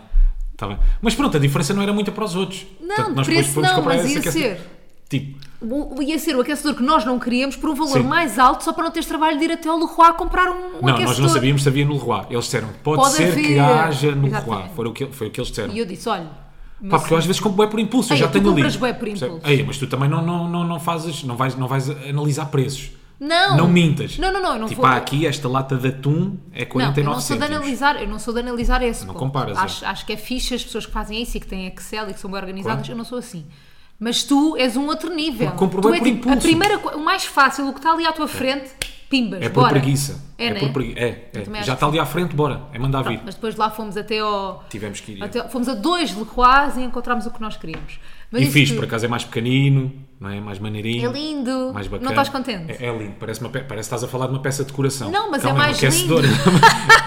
Speaker 2: Tá bem. Mas pronto, a diferença não era muita para os outros.
Speaker 1: Não,
Speaker 2: Portanto, nós
Speaker 1: de
Speaker 2: depois
Speaker 1: preço
Speaker 2: fomos
Speaker 1: não,
Speaker 2: comprar
Speaker 1: mas
Speaker 2: esse
Speaker 1: ia
Speaker 2: aquecedor.
Speaker 1: ser. um
Speaker 2: Tipo,
Speaker 1: O- Ia ser o aquecedor que nós não queríamos por um valor
Speaker 2: Sim.
Speaker 1: mais alto, só para não teres trabalho de ir até ao Leroy comprar um, um
Speaker 2: não,
Speaker 1: aquecedor.
Speaker 2: nós não sabíamos se havia no Leroy. Eles disseram, pode,
Speaker 1: Pode
Speaker 2: ser
Speaker 1: haver.
Speaker 2: que haja no Leroy.
Speaker 1: Exatamente.
Speaker 2: Foi o que, foi o que eles disseram.
Speaker 1: E eu disse: olha,
Speaker 2: Pá, porque eu às vezes compro bué por impulso, eu
Speaker 1: Ei,
Speaker 2: já
Speaker 1: tu
Speaker 2: tenho ali.
Speaker 1: compras bué por impulso.
Speaker 2: Percebe? Ei, mas tu também não, não, não, não fazes, não vais, não vais analisar preços.
Speaker 1: Não.
Speaker 2: Não mintas.
Speaker 1: Não, não, não, eu não
Speaker 2: tipo,
Speaker 1: vou-
Speaker 2: há aqui esta lata de atum é
Speaker 1: Não,
Speaker 2: 49
Speaker 1: eu não sou de
Speaker 2: cêntimos.
Speaker 1: analisar, eu não sou de analisar esse
Speaker 2: Não
Speaker 1: ponto.
Speaker 2: comparas, é.
Speaker 1: acho, acho que é fixe as pessoas que fazem isso e que têm Excel e que são bem organizadas,
Speaker 2: Claro.
Speaker 1: eu não sou assim. Mas tu és um outro nível.
Speaker 2: Eu compro
Speaker 1: Tu
Speaker 2: bem
Speaker 1: é
Speaker 2: por
Speaker 1: tipo,
Speaker 2: impulso.
Speaker 1: A primeira, co- o mais fácil, o que está ali à tua frente, pimbas,
Speaker 2: É por
Speaker 1: bora.
Speaker 2: preguiça.
Speaker 1: É, né?
Speaker 2: por pregui- é, é.
Speaker 1: também acho
Speaker 2: Já está ali à frente, bora. É mandar vir.
Speaker 1: Mas depois lá fomos até ao...
Speaker 2: Tivemos que ir.
Speaker 1: até- fomos a dois Leroys e encontramos o que nós queríamos. Mas
Speaker 2: e
Speaker 1: isso
Speaker 2: fiz,
Speaker 1: tudo-
Speaker 2: por acaso é mais pequenino, não é? Mais maneirinho.
Speaker 1: É lindo.
Speaker 2: Mais bacana.
Speaker 1: Não estás contente?
Speaker 2: É, é lindo. Parece, uma, pe- parece que estás a falar de uma peça de decoração.
Speaker 1: Não, mas é
Speaker 2: um
Speaker 1: mais
Speaker 2: aquecedor.
Speaker 1: lindo.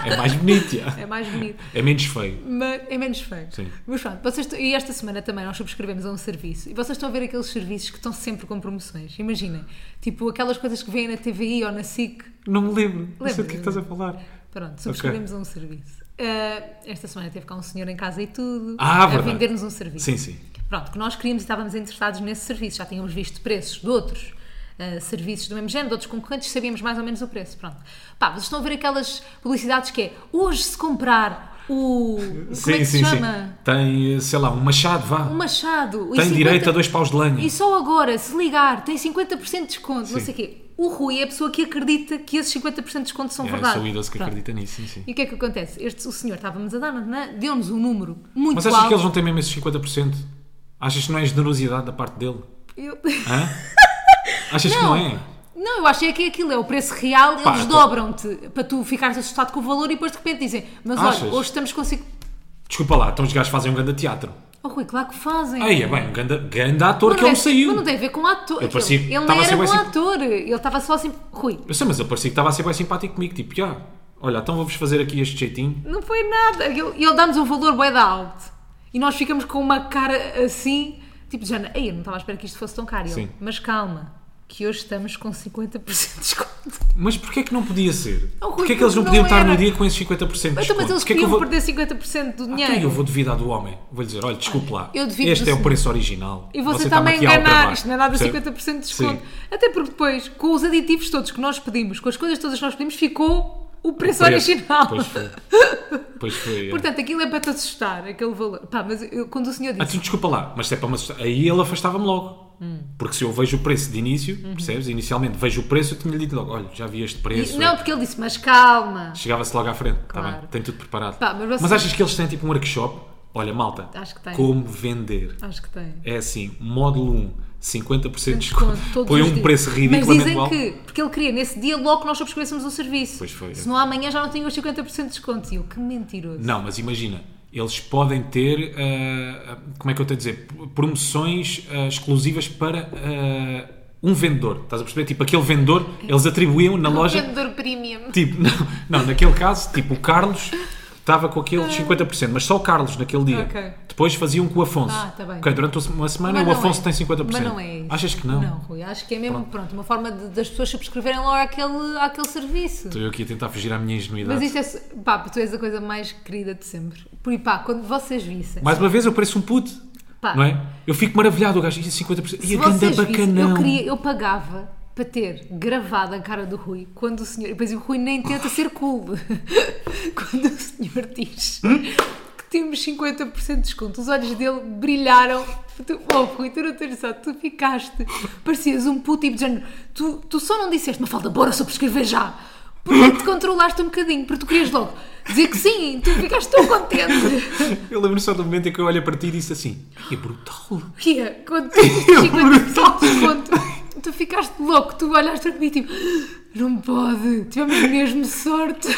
Speaker 2: é mais bonito, já.
Speaker 1: É mais bonito.
Speaker 2: É menos feio.
Speaker 1: Mas é menos feio.
Speaker 2: Sim.
Speaker 1: Mas pronto, vocês t- e esta semana também nós subscrevemos a um serviço. E vocês estão a ver aqueles serviços que estão sempre com promoções. Imaginem. Tipo aquelas coisas que vêm na TVI ou na SIC.
Speaker 2: Não me lembro. Não
Speaker 1: Lembras?
Speaker 2: sei do que é que estás a falar.
Speaker 1: Pronto, subscrevemos a um serviço. Ah, esta semana teve cá um senhor em casa e tudo.
Speaker 2: Ah,
Speaker 1: a
Speaker 2: verdade.
Speaker 1: vender-nos um serviço.
Speaker 2: Sim, sim.
Speaker 1: Pronto, que nós queríamos e estávamos interessados nesse serviço. Já tínhamos visto preços de outros ah, serviços do mesmo género, de outros concorrentes, sabíamos mais ou menos o preço. Pronto. Pá, vocês estão a ver aquelas publicidades que é hoje se comprar o. como é que se chama?
Speaker 2: Tem, eh, sei lá, um machado, vá.
Speaker 1: Um machado. e
Speaker 2: Tem
Speaker 1: 50
Speaker 2: direito a dois paus de lenha.
Speaker 1: E só agora, se ligar, tem 50% de desconto, não
Speaker 2: Sim.
Speaker 1: sei o quê. O Rui é a pessoa que acredita que esses 50% de desconto são
Speaker 2: É,
Speaker 1: verdade.
Speaker 2: sou o idoso que
Speaker 1: Pronto.
Speaker 2: acredita nisso, sim, sim.
Speaker 1: E o que é que acontece? Este, o senhor estávamos a dar, não é? deu-nos um número muito
Speaker 2: Mas achas
Speaker 1: alto.
Speaker 2: que eles não têm mesmo esses 50%? Achas que não é generosidade da parte dele?
Speaker 1: Eu-
Speaker 2: Hã? Achas que não é?
Speaker 1: Não, eu acho é que é aquilo, é o preço real,
Speaker 2: Pá,
Speaker 1: eles
Speaker 2: então-
Speaker 1: dobram-te para tu ficares assustado com o valor e depois de repente dizem, mas
Speaker 2: Achas?
Speaker 1: olha, hoje estamos consigo.
Speaker 2: Desculpa lá, então os gajos fazem um grande teatro.
Speaker 1: Oh Rui, claro que fazem.
Speaker 2: Aí é bem, um grande, grande ator
Speaker 1: Mas
Speaker 2: que
Speaker 1: não
Speaker 2: ele
Speaker 1: é-
Speaker 2: saiu.
Speaker 1: Mas não tem a ver com ator.
Speaker 2: Eu parecia que
Speaker 1: ele não
Speaker 2: estava a ser
Speaker 1: era bom
Speaker 2: bem sim-
Speaker 1: ator, ele estava só assim. Rui,
Speaker 2: Eu sei, mas ele parecia que estava a ser bem simpático comigo. Tipo, já, olha, então vou-vos fazer aqui este jeitinho.
Speaker 1: Não foi nada. Ele, ele dá-nos um valor bué de alto. E nós ficamos com uma cara assim, tipo, já, ei, eu não estava à espera que isto fosse tão caro. Ele,
Speaker 2: Sim.
Speaker 1: mas calma, que hoje estamos com 50% de desconto.
Speaker 2: Mas porquê é que não podia ser?
Speaker 1: Oh, Rui,
Speaker 2: porquê é que eles não
Speaker 1: não
Speaker 2: podiam estar
Speaker 1: era.
Speaker 2: no dia com esses 50% de desconto?
Speaker 1: Então, mas eles
Speaker 2: Porquê é que
Speaker 1: queriam
Speaker 2: eu vou-
Speaker 1: perder 50% do
Speaker 2: Então eu
Speaker 1: dinheiro.
Speaker 2: vou devidar do homem. Vou-lhe dizer, olha, desculpe lá.
Speaker 1: eu devido
Speaker 2: este
Speaker 1: do
Speaker 2: é o
Speaker 1: senhor.
Speaker 2: preço original.
Speaker 1: E você,
Speaker 2: está-me
Speaker 1: também
Speaker 2: aqui ao
Speaker 1: enganar,
Speaker 2: trabalho.
Speaker 1: isto não é nada
Speaker 2: Percebe?
Speaker 1: 50% de desconto.
Speaker 2: Sim.
Speaker 1: Até porque depois, com os aditivos todos que nós pedimos, com as coisas todas que nós pedimos, ficou o preço
Speaker 2: Preço.
Speaker 1: original.
Speaker 2: Pois foi. Pois foi. é.
Speaker 1: Portanto, aquilo é para te assustar, aquele valor. Pá, mas eu- quando o senhor
Speaker 2: Ah,
Speaker 1: disse.
Speaker 2: tu desculpa lá, mas se é para me assustar. Aí ele afastava-me logo.
Speaker 1: Hum.
Speaker 2: Porque se eu vejo o preço de início,
Speaker 1: Uhum.
Speaker 2: percebes? Inicialmente vejo o preço, eu tinha-lhe dito logo: olha, já vi este preço.
Speaker 1: não, porque ele disse, mas calma.
Speaker 2: Chegava-se logo à frente, está
Speaker 1: Claro.
Speaker 2: bem? Tem tudo preparado.
Speaker 1: Pá, mas
Speaker 2: mas,
Speaker 1: você-
Speaker 2: achas que eles têm tipo um workshop? Olha, malta,
Speaker 1: Acho que tem.
Speaker 2: como vender.
Speaker 1: Acho que tem.
Speaker 2: É assim, módulo 1, 50% de desconto.
Speaker 1: Desconto, todos
Speaker 2: Põe
Speaker 1: os
Speaker 2: um
Speaker 1: dias.
Speaker 2: preço
Speaker 1: Mas
Speaker 2: ridiculamente
Speaker 1: dizem
Speaker 2: alto.
Speaker 1: que, porque ele queria nesse dia logo que nós subscrevêssemos o serviço.
Speaker 2: Pois foi. é.
Speaker 1: Se não amanhã já não tenho os 50% de desconto. E eu, que mentiroso.
Speaker 2: Não, mas imagina, eles podem ter, ah, ah, como é que eu tenho a dizer, promoções ah, exclusivas para ah, um vendedor. Estás a perceber? Tipo, aquele vendedor, eles atribuíam na loja.
Speaker 1: é Vendedor premium.
Speaker 2: Tipo, não, não, naquele caso, tipo, o Carlos estava com aquele 50%, mas só o Carlos naquele dia.
Speaker 1: Ok.
Speaker 2: Depois faziam com o Afonso.
Speaker 1: Ah, tá bem.
Speaker 2: Ok, durante uma semana
Speaker 1: Mas
Speaker 2: o
Speaker 1: não
Speaker 2: Afonso
Speaker 1: é.
Speaker 2: tem 50%.
Speaker 1: Mas não é isso.
Speaker 2: Achas que não?
Speaker 1: Não, Rui. Acho que é mesmo, pronto, uma forma de- das pessoas subscreverem logo aquele, aquele serviço.
Speaker 2: Estou eu aqui a tentar fugir à minha ingenuidade.
Speaker 1: Mas isto é. Pá, tu és a coisa mais querida de sempre. Por e pá, quando vocês vissem.
Speaker 2: Mais uma vez eu pareço um puto.
Speaker 1: Pá.
Speaker 2: Não é? Eu fico maravilhado, o gajo. E 50%. E
Speaker 1: se
Speaker 2: a ganda
Speaker 1: vocês vissem,
Speaker 2: bacanão.
Speaker 1: eu, queria, eu pagava para ter gravado a cara do Rui quando o senhor. E depois o Rui nem tenta ser cool. quando o senhor diz que temos 50% de desconto, os olhos dele brilharam. Tu, oh, Rui, tu não tens noção, tu ficaste. Parecias um puto tipo de género. Tu, tu só não disseste, mas falta, bora subscrever já. Porque te controlaste um bocadinho, porque tu querias logo dizer que sim, tu ficaste tão contente.
Speaker 2: Eu lembro só do momento em que eu olho para ti e disse assim: é brutal.
Speaker 1: Ria, quando tu
Speaker 2: Eu brutal.
Speaker 1: desconto, tu ficaste louco, tu olhaste para mim tipo, não pode, tivemos mesmo sorte.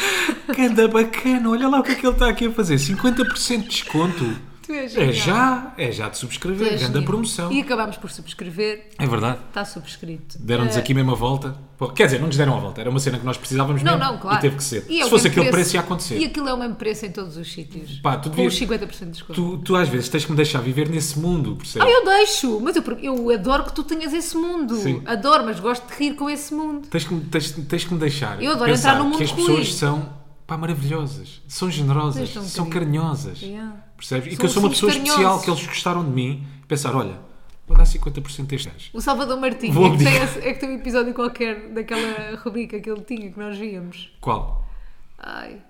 Speaker 2: Ganda bacana, olha lá o que é que ele está aqui a fazer. 50% de desconto.
Speaker 1: Tu és
Speaker 2: É
Speaker 1: genial.
Speaker 2: já, é já de
Speaker 1: Tu
Speaker 2: subscrever.
Speaker 1: és
Speaker 2: Ganda
Speaker 1: genial.
Speaker 2: promoção.
Speaker 1: E acabámos por subscrever,
Speaker 2: É verdade.
Speaker 1: está subscrito.
Speaker 2: Deram-nos aqui mesmo a volta. Pô, quer dizer, não nos deram a volta. Era uma cena que nós precisávamos
Speaker 1: Não,
Speaker 2: mesmo
Speaker 1: não, claro.
Speaker 2: e teve que ser.
Speaker 1: E é o
Speaker 2: Se fosse
Speaker 1: mesmo
Speaker 2: aquele preço, ia acontecer.
Speaker 1: E aquilo é o mesmo preço em todos os sítios.
Speaker 2: Pá, tu
Speaker 1: Com
Speaker 2: devias-
Speaker 1: os 50% de desconto.
Speaker 2: Tu, tu às vezes tens que me deixar viver nesse mundo, percebes?
Speaker 1: Ah, eu deixo, mas eu, eu adoro que tu tenhas esse mundo.
Speaker 2: Sim.
Speaker 1: Adoro, mas gosto de rir com esse mundo.
Speaker 2: Tens, que, me- tens, tens que me deixar
Speaker 1: Eu adoro
Speaker 2: pensar
Speaker 1: entrar num mundo
Speaker 2: que as
Speaker 1: ruim.
Speaker 2: pessoas são pá, maravilhosas, são generosas,
Speaker 1: Vocês são
Speaker 2: são
Speaker 1: queridos.
Speaker 2: carinhosas.
Speaker 1: Yeah.
Speaker 2: Percebes? E
Speaker 1: São
Speaker 2: que eu sou uma
Speaker 1: assim
Speaker 2: pessoa especial,
Speaker 1: carinhosos.
Speaker 2: que eles gostaram de mim. Pensar, olha, vou dar 50% a este gajo.
Speaker 1: O Salvador Martinho
Speaker 2: Vou
Speaker 1: é que, tem,
Speaker 2: abdicar.
Speaker 1: esse- é que tem um episódio qualquer daquela rubrica que ele tinha, que nós víamos.
Speaker 2: Qual?
Speaker 1: Ai,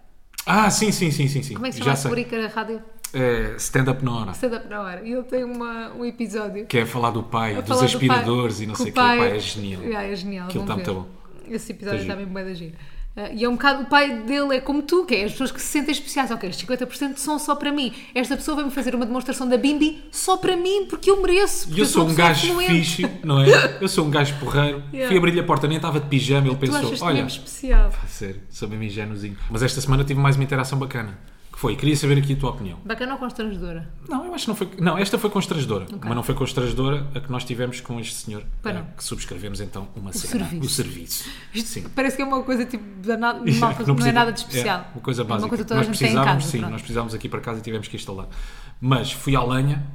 Speaker 2: Ah, sim, sim, sim, sim. sim.
Speaker 1: como é que se chama
Speaker 2: Já
Speaker 1: essa
Speaker 2: sei.
Speaker 1: rubrica na rádio?
Speaker 2: É, stand up na hora.
Speaker 1: Stand-up na hora. E ele tem uma, um episódio.
Speaker 2: Que é falar do pai,
Speaker 1: a
Speaker 2: dos
Speaker 1: falar do
Speaker 2: aspiradores
Speaker 1: pai-
Speaker 2: e não
Speaker 1: que
Speaker 2: sei o
Speaker 1: o
Speaker 2: quê. Pai, é genial.
Speaker 1: Ah, é genial.
Speaker 2: Aquilo
Speaker 1: vão
Speaker 2: tá
Speaker 1: ver.
Speaker 2: muito
Speaker 1: Esse
Speaker 2: Tá
Speaker 1: episódio está
Speaker 2: giro.
Speaker 1: mesmo bem da giro. Ah, e é um bocado o pai dele é como tu, que é as pessoas que se sentem especiais. Ok, estes 50% são só para mim. Esta pessoa vai-me fazer uma demonstração da Bimbi só para mim, porque eu mereço.
Speaker 2: E
Speaker 1: porque
Speaker 2: eu sou um
Speaker 1: pessoa
Speaker 2: gajo
Speaker 1: influente.
Speaker 2: fixe, não é? Eu sou um gajo porreiro.
Speaker 1: Yeah.
Speaker 2: Fui abrir-lhe a porta, nem estava de pijama. Ele
Speaker 1: Tu
Speaker 2: pensou:
Speaker 1: achas-te
Speaker 2: Olha,
Speaker 1: mesmo especial.
Speaker 2: a sério, sou mesmo ingenuzinho. Mas esta semana tive mais uma interação bacana. Que foi: Queria saber aqui a tua opinião.
Speaker 1: Bacana ou constrangedora?
Speaker 2: Não, eu acho que não foi. Não, esta foi constrangedora. Mas não foi constrangedora a que nós tivemos com este senhor.
Speaker 1: Pois
Speaker 2: eh,
Speaker 1: não.
Speaker 2: que subscrevemos então uma cena.
Speaker 1: serviço.
Speaker 2: O serviço. Sim.
Speaker 1: Parece que é uma coisa tipo da nada,
Speaker 2: Isso,
Speaker 1: mal- não, é
Speaker 2: precisa-
Speaker 1: nada de especial.
Speaker 2: é, uma coisa
Speaker 1: É
Speaker 2: básica.
Speaker 1: uma coisa que toda
Speaker 2: nós
Speaker 1: a gente tem em
Speaker 2: precisávamos,
Speaker 1: casa.
Speaker 2: sim,
Speaker 1: pronto.
Speaker 2: nós precisámos aqui para casa e tivemos que instalar. Mas fui à lenha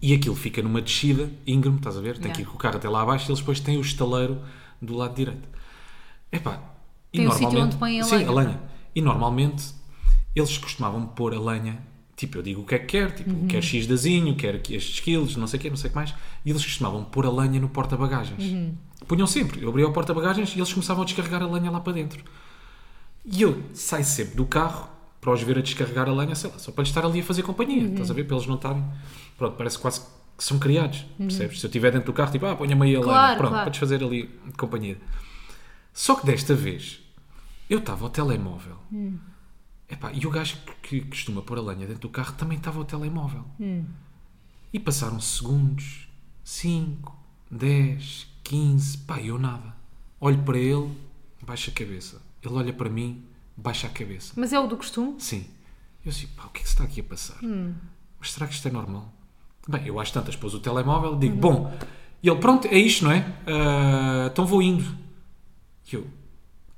Speaker 2: e aquilo fica numa descida íngreme, estás a ver? Tem que ir
Speaker 1: Yeah.
Speaker 2: com o carro até lá abaixo e eles depois têm o estaleiro do lado direito. Epá, e
Speaker 1: Tem o
Speaker 2: normalmente-
Speaker 1: sítio onde põem a
Speaker 2: Sim,
Speaker 1: lenha.
Speaker 2: a lenha. E normalmente eles costumavam pôr a lenha, tipo, eu digo o que é que quer, tipo,
Speaker 1: Uhum.
Speaker 2: quer X dazinho, quer aqui estes quilos, não sei o quê, não sei o que mais, e eles costumavam pôr a lenha no porta-bagagens.
Speaker 1: Uhum.
Speaker 2: Punham sempre, eu abria o porta-bagagens e eles começavam a descarregar a lenha lá para dentro. E eu saio sempre do carro para os ver a descarregar a lenha, sei lá, só para lhes estar ali a fazer companhia,
Speaker 1: Uhum.
Speaker 2: estás a ver? Para eles não estarem. Pronto, parece quase que são criados, percebes? Se eu estiver dentro do carro, tipo, ah, ponha-me aí a
Speaker 1: Uhum.
Speaker 2: lenha,
Speaker 1: Claro,
Speaker 2: pronto,
Speaker 1: claro.
Speaker 2: podes fazer ali companhia. Só que desta vez eu estava ao telemóvel.
Speaker 1: Hum.
Speaker 2: Epá, e o gajo que que costuma pôr a lenha dentro do carro também estava ao telemóvel. E passaram segundos, 5, 10, 15, pá, eu nada. Olho para ele, baixa a cabeça. Ele olha para mim, baixa a cabeça.
Speaker 1: Mas é o do costume?
Speaker 2: Sim. Eu assim, pá, o que é que se está aqui a passar?
Speaker 1: Hum.
Speaker 2: Mas será que isto é normal? Bem, eu às tantas pôs o telemóvel,
Speaker 1: Uhum.
Speaker 2: digo, bom, e ele, pronto, é isto, não é? Ah, então vou indo. E eu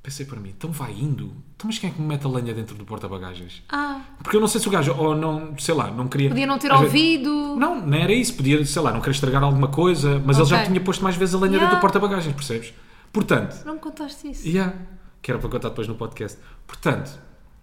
Speaker 2: pensei para mim, então vai indo? Então mas quem é que me mete a lenha dentro do porta-bagagens?
Speaker 1: Ah,
Speaker 2: Porque eu não sei se o gajo, ou não, sei lá, não queria...
Speaker 1: podia não ter
Speaker 2: Às vezes-
Speaker 1: ouvido.
Speaker 2: não, não era isso. Podia, sei lá, não querer estragar alguma coisa, mas ele já
Speaker 1: Ok.
Speaker 2: tinha posto mais vezes a lenha
Speaker 1: Yeah.
Speaker 2: dentro do porta-bagagens, percebes? Portanto,
Speaker 1: Não me contaste isso.
Speaker 2: yeah, que era para contar depois no podcast. Portanto,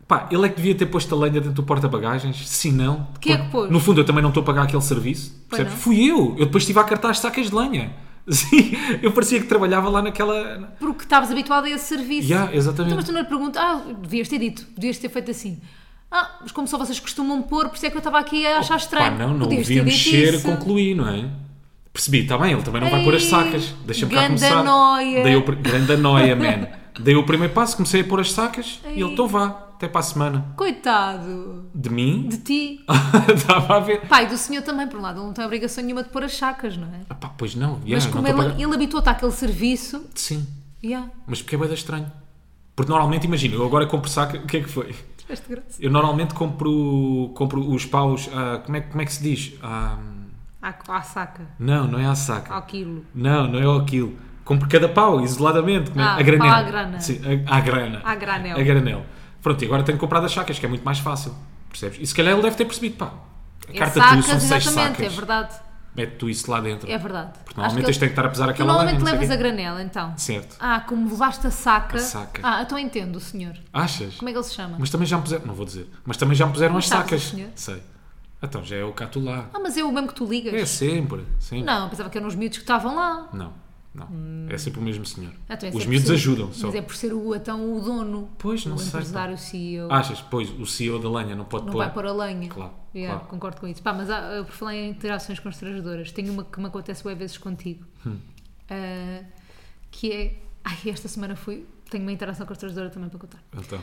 Speaker 2: pá, ele é que devia ter posto a lenha dentro do porta-bagagens, se não...
Speaker 1: Quem é que
Speaker 2: porque,
Speaker 1: pôs?
Speaker 2: No fundo, eu também não estou a pagar aquele serviço,
Speaker 1: Pois
Speaker 2: percebes?
Speaker 1: não.
Speaker 2: Fui eu. Eu depois estive a cartar as sacas de lenha. Sim, eu parecia que trabalhava lá naquela.
Speaker 1: Porque estavas habituado a esse serviço.
Speaker 2: Yeah,
Speaker 1: Então, mas
Speaker 2: exatamente.
Speaker 1: tu não lhe perguntas, ah, devias ter dito, devias ter feito assim. Ah, mas como só vocês costumam pôr, por isso é que eu estava aqui a achar
Speaker 2: Pá,
Speaker 1: estranho.
Speaker 2: não, não
Speaker 1: Podias ter
Speaker 2: devia
Speaker 1: dito
Speaker 2: mexer,
Speaker 1: isso.
Speaker 2: concluí, não é? Percebi, está bem, ele também não vai
Speaker 1: Ei,
Speaker 2: pôr as sacas. Deixa-me cá
Speaker 1: ganda
Speaker 2: começar.
Speaker 1: noia.
Speaker 2: Dei o, pr- grande noia, man. Dei o primeiro passo, comecei a pôr as sacas
Speaker 1: Ei.
Speaker 2: e ele, então vá, até para a semana.
Speaker 1: Coitado
Speaker 2: De mim?
Speaker 1: de ti.
Speaker 2: Estava a ver.
Speaker 1: Pai, do senhor também, por um lado, ele não tem obrigação nenhuma de pôr as sacas, não é?
Speaker 2: Ah, pá, pois não, yeah,
Speaker 1: Mas
Speaker 2: não
Speaker 1: como
Speaker 2: estou a
Speaker 1: ele,
Speaker 2: pagar.
Speaker 1: ele habituou-te àquele serviço,
Speaker 2: Sim,
Speaker 1: yeah,
Speaker 2: mas porque é bem estranho. Porque normalmente, imagina, eu agora compro saca, o que é que foi?
Speaker 1: tiveste graça.
Speaker 2: Eu normalmente compro, compro os paus, ah, como, é, como é que se diz? Ah,
Speaker 1: À, à saca,
Speaker 2: não, não é a saca.
Speaker 1: ao quilo.
Speaker 2: Não, não é aquilo. Compro cada pau, isoladamente, como é?
Speaker 1: Ah,
Speaker 2: a granel.
Speaker 1: pau à grana.
Speaker 2: Sim, a, à grana.
Speaker 1: À granel.
Speaker 2: A granel. Pronto, e agora tenho comprado as sacas, que é muito mais fácil. Percebes? E se calhar ele deve ter percebido, pá. A
Speaker 1: É
Speaker 2: carta tu
Speaker 1: sacas,
Speaker 2: são seis
Speaker 1: exatamente, é
Speaker 2: sacas.
Speaker 1: verdade.
Speaker 2: Mete tu isso lá dentro.
Speaker 1: É verdade.
Speaker 2: Porque normalmente
Speaker 1: Acho
Speaker 2: tens
Speaker 1: que
Speaker 2: de estar a pesar
Speaker 1: Tu
Speaker 2: aquela
Speaker 1: normalmente
Speaker 2: lâmina, não
Speaker 1: levas
Speaker 2: sei
Speaker 1: a
Speaker 2: o quê.
Speaker 1: granela, então.
Speaker 2: Certo.
Speaker 1: Ah, como levaste a saca.
Speaker 2: A saca.
Speaker 1: Ah, então entendo, o senhor.
Speaker 2: Achas?
Speaker 1: Como é que ele se chama?
Speaker 2: Mas também já me puseram, não vou dizer, mas também já me puseram
Speaker 1: Mas
Speaker 2: as
Speaker 1: sabes,
Speaker 2: sacas.
Speaker 1: senhor?
Speaker 2: Sei. Então já é o cato lá.
Speaker 1: Ah, mas é o mesmo que tu ligas?
Speaker 2: É sempre, sempre.
Speaker 1: Não, pensava que eram os miúdos que estavam lá.
Speaker 2: Não, não. É sempre o mesmo senhor.
Speaker 1: Ah, Hum. então, isso
Speaker 2: Os
Speaker 1: é por
Speaker 2: miúdos
Speaker 1: ser-
Speaker 2: ajudam só.
Speaker 1: Mas é por ser o, então, o dono.
Speaker 2: Pois, não
Speaker 1: o
Speaker 2: sei, pá.
Speaker 1: empresário, o CEO.
Speaker 2: Achas? Pois, o CEO da lenha não pode
Speaker 1: não
Speaker 2: pôr.
Speaker 1: vai pôr a lenha.
Speaker 2: Claro,
Speaker 1: Yeah,
Speaker 2: claro.
Speaker 1: Concordo com isso. Pá, mas há, eh, por falar em interações constrangedoras, tenho uma que me acontece bem vezes contigo.
Speaker 2: Hum.
Speaker 1: Ah, que é. Ai, esta semana fui. Tenho uma interação constrangedora também para contar.
Speaker 2: Então.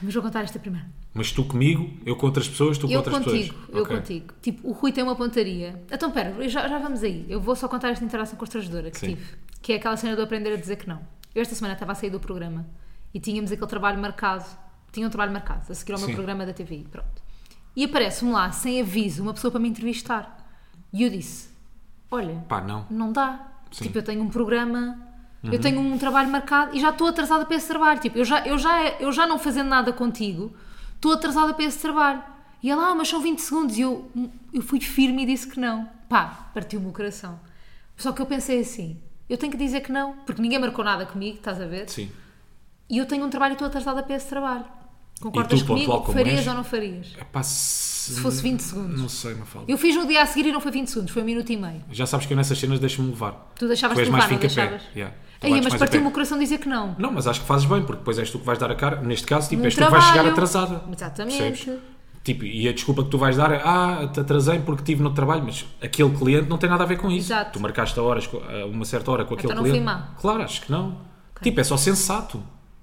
Speaker 1: Mas vou contar esta primeiro.
Speaker 2: Mas tu comigo, eu com outras pessoas, tu com
Speaker 1: Eu
Speaker 2: outras
Speaker 1: contigo,
Speaker 2: pessoas.
Speaker 1: eu
Speaker 2: Ok.
Speaker 1: contigo. Tipo, o Rui tem uma pontaria. Então, pera, eu já, já vamos aí. Eu vou só contar esta interação constrangedora que
Speaker 2: Sim.
Speaker 1: tive, que é aquela cena do aprender a dizer que não. Eu esta semana estava a sair do programa e tínhamos aquele trabalho marcado. Tinha um trabalho marcado, a seguir ao meu
Speaker 2: Sim.
Speaker 1: programa da TVI, pronto. E aparece-me lá, sem aviso, uma pessoa para me entrevistar. E eu disse: Olha,
Speaker 2: Pá, não.
Speaker 1: não dá.
Speaker 2: Sim. Uhum.
Speaker 1: Tipo, eu tenho um programa, eu tenho um trabalho marcado e já estou atrasada para esse trabalho. Tipo, eu já, eu já, eu já não fazendo nada contigo, estou atrasada para esse trabalho. E ela, ah, mas são 20 segundos. E eu, eu fui firme e disse que não. Pá, partiu-me o coração. Só que eu pensei assim, eu tenho que dizer que não, porque ninguém marcou nada comigo, estás a ver?
Speaker 2: Sim.
Speaker 1: E eu tenho um trabalho e estou atrasada para esse trabalho.
Speaker 2: E
Speaker 1: Concordas
Speaker 2: tu, ponto lá
Speaker 1: comigo?
Speaker 2: como
Speaker 1: Farias
Speaker 2: és?
Speaker 1: ou não farias?
Speaker 2: É pá, se...
Speaker 1: Se fosse 20 segundos.
Speaker 2: Não sei, Mafalda.
Speaker 1: Eu fiz no dia a seguir e não foi 20 segundos, foi um minuto e meio.
Speaker 2: Já sabes que eu nessas cenas deixo-me levar.
Speaker 1: Tu deixavas
Speaker 2: tu és
Speaker 1: de
Speaker 2: mais
Speaker 1: levar, não
Speaker 2: fica a pé.
Speaker 1: deixavas?
Speaker 2: Yeah. Tu
Speaker 1: Aí,
Speaker 2: bates
Speaker 1: mas
Speaker 2: mais a pé.
Speaker 1: partiu-me o coração dizer que não.
Speaker 2: Não, mas acho que fazes bem, porque depois és tu que vais dar a cara. Neste caso, tipo,
Speaker 1: Num
Speaker 2: és tu que vais chegar
Speaker 1: trabalho.
Speaker 2: atrasada.
Speaker 1: Exatamente.
Speaker 2: Percebes? Tipo, e a desculpa que tu vais dar é ah, te atrasei porque estive no trabalho, mas aquele cliente não tem nada a ver com isso.
Speaker 1: Exato.
Speaker 2: Tu marcaste a horas, co- a uma certa hora com aquele
Speaker 1: Então não
Speaker 2: cliente.
Speaker 1: fui má.
Speaker 2: Claro, acho que não. Tipo, é só sensato,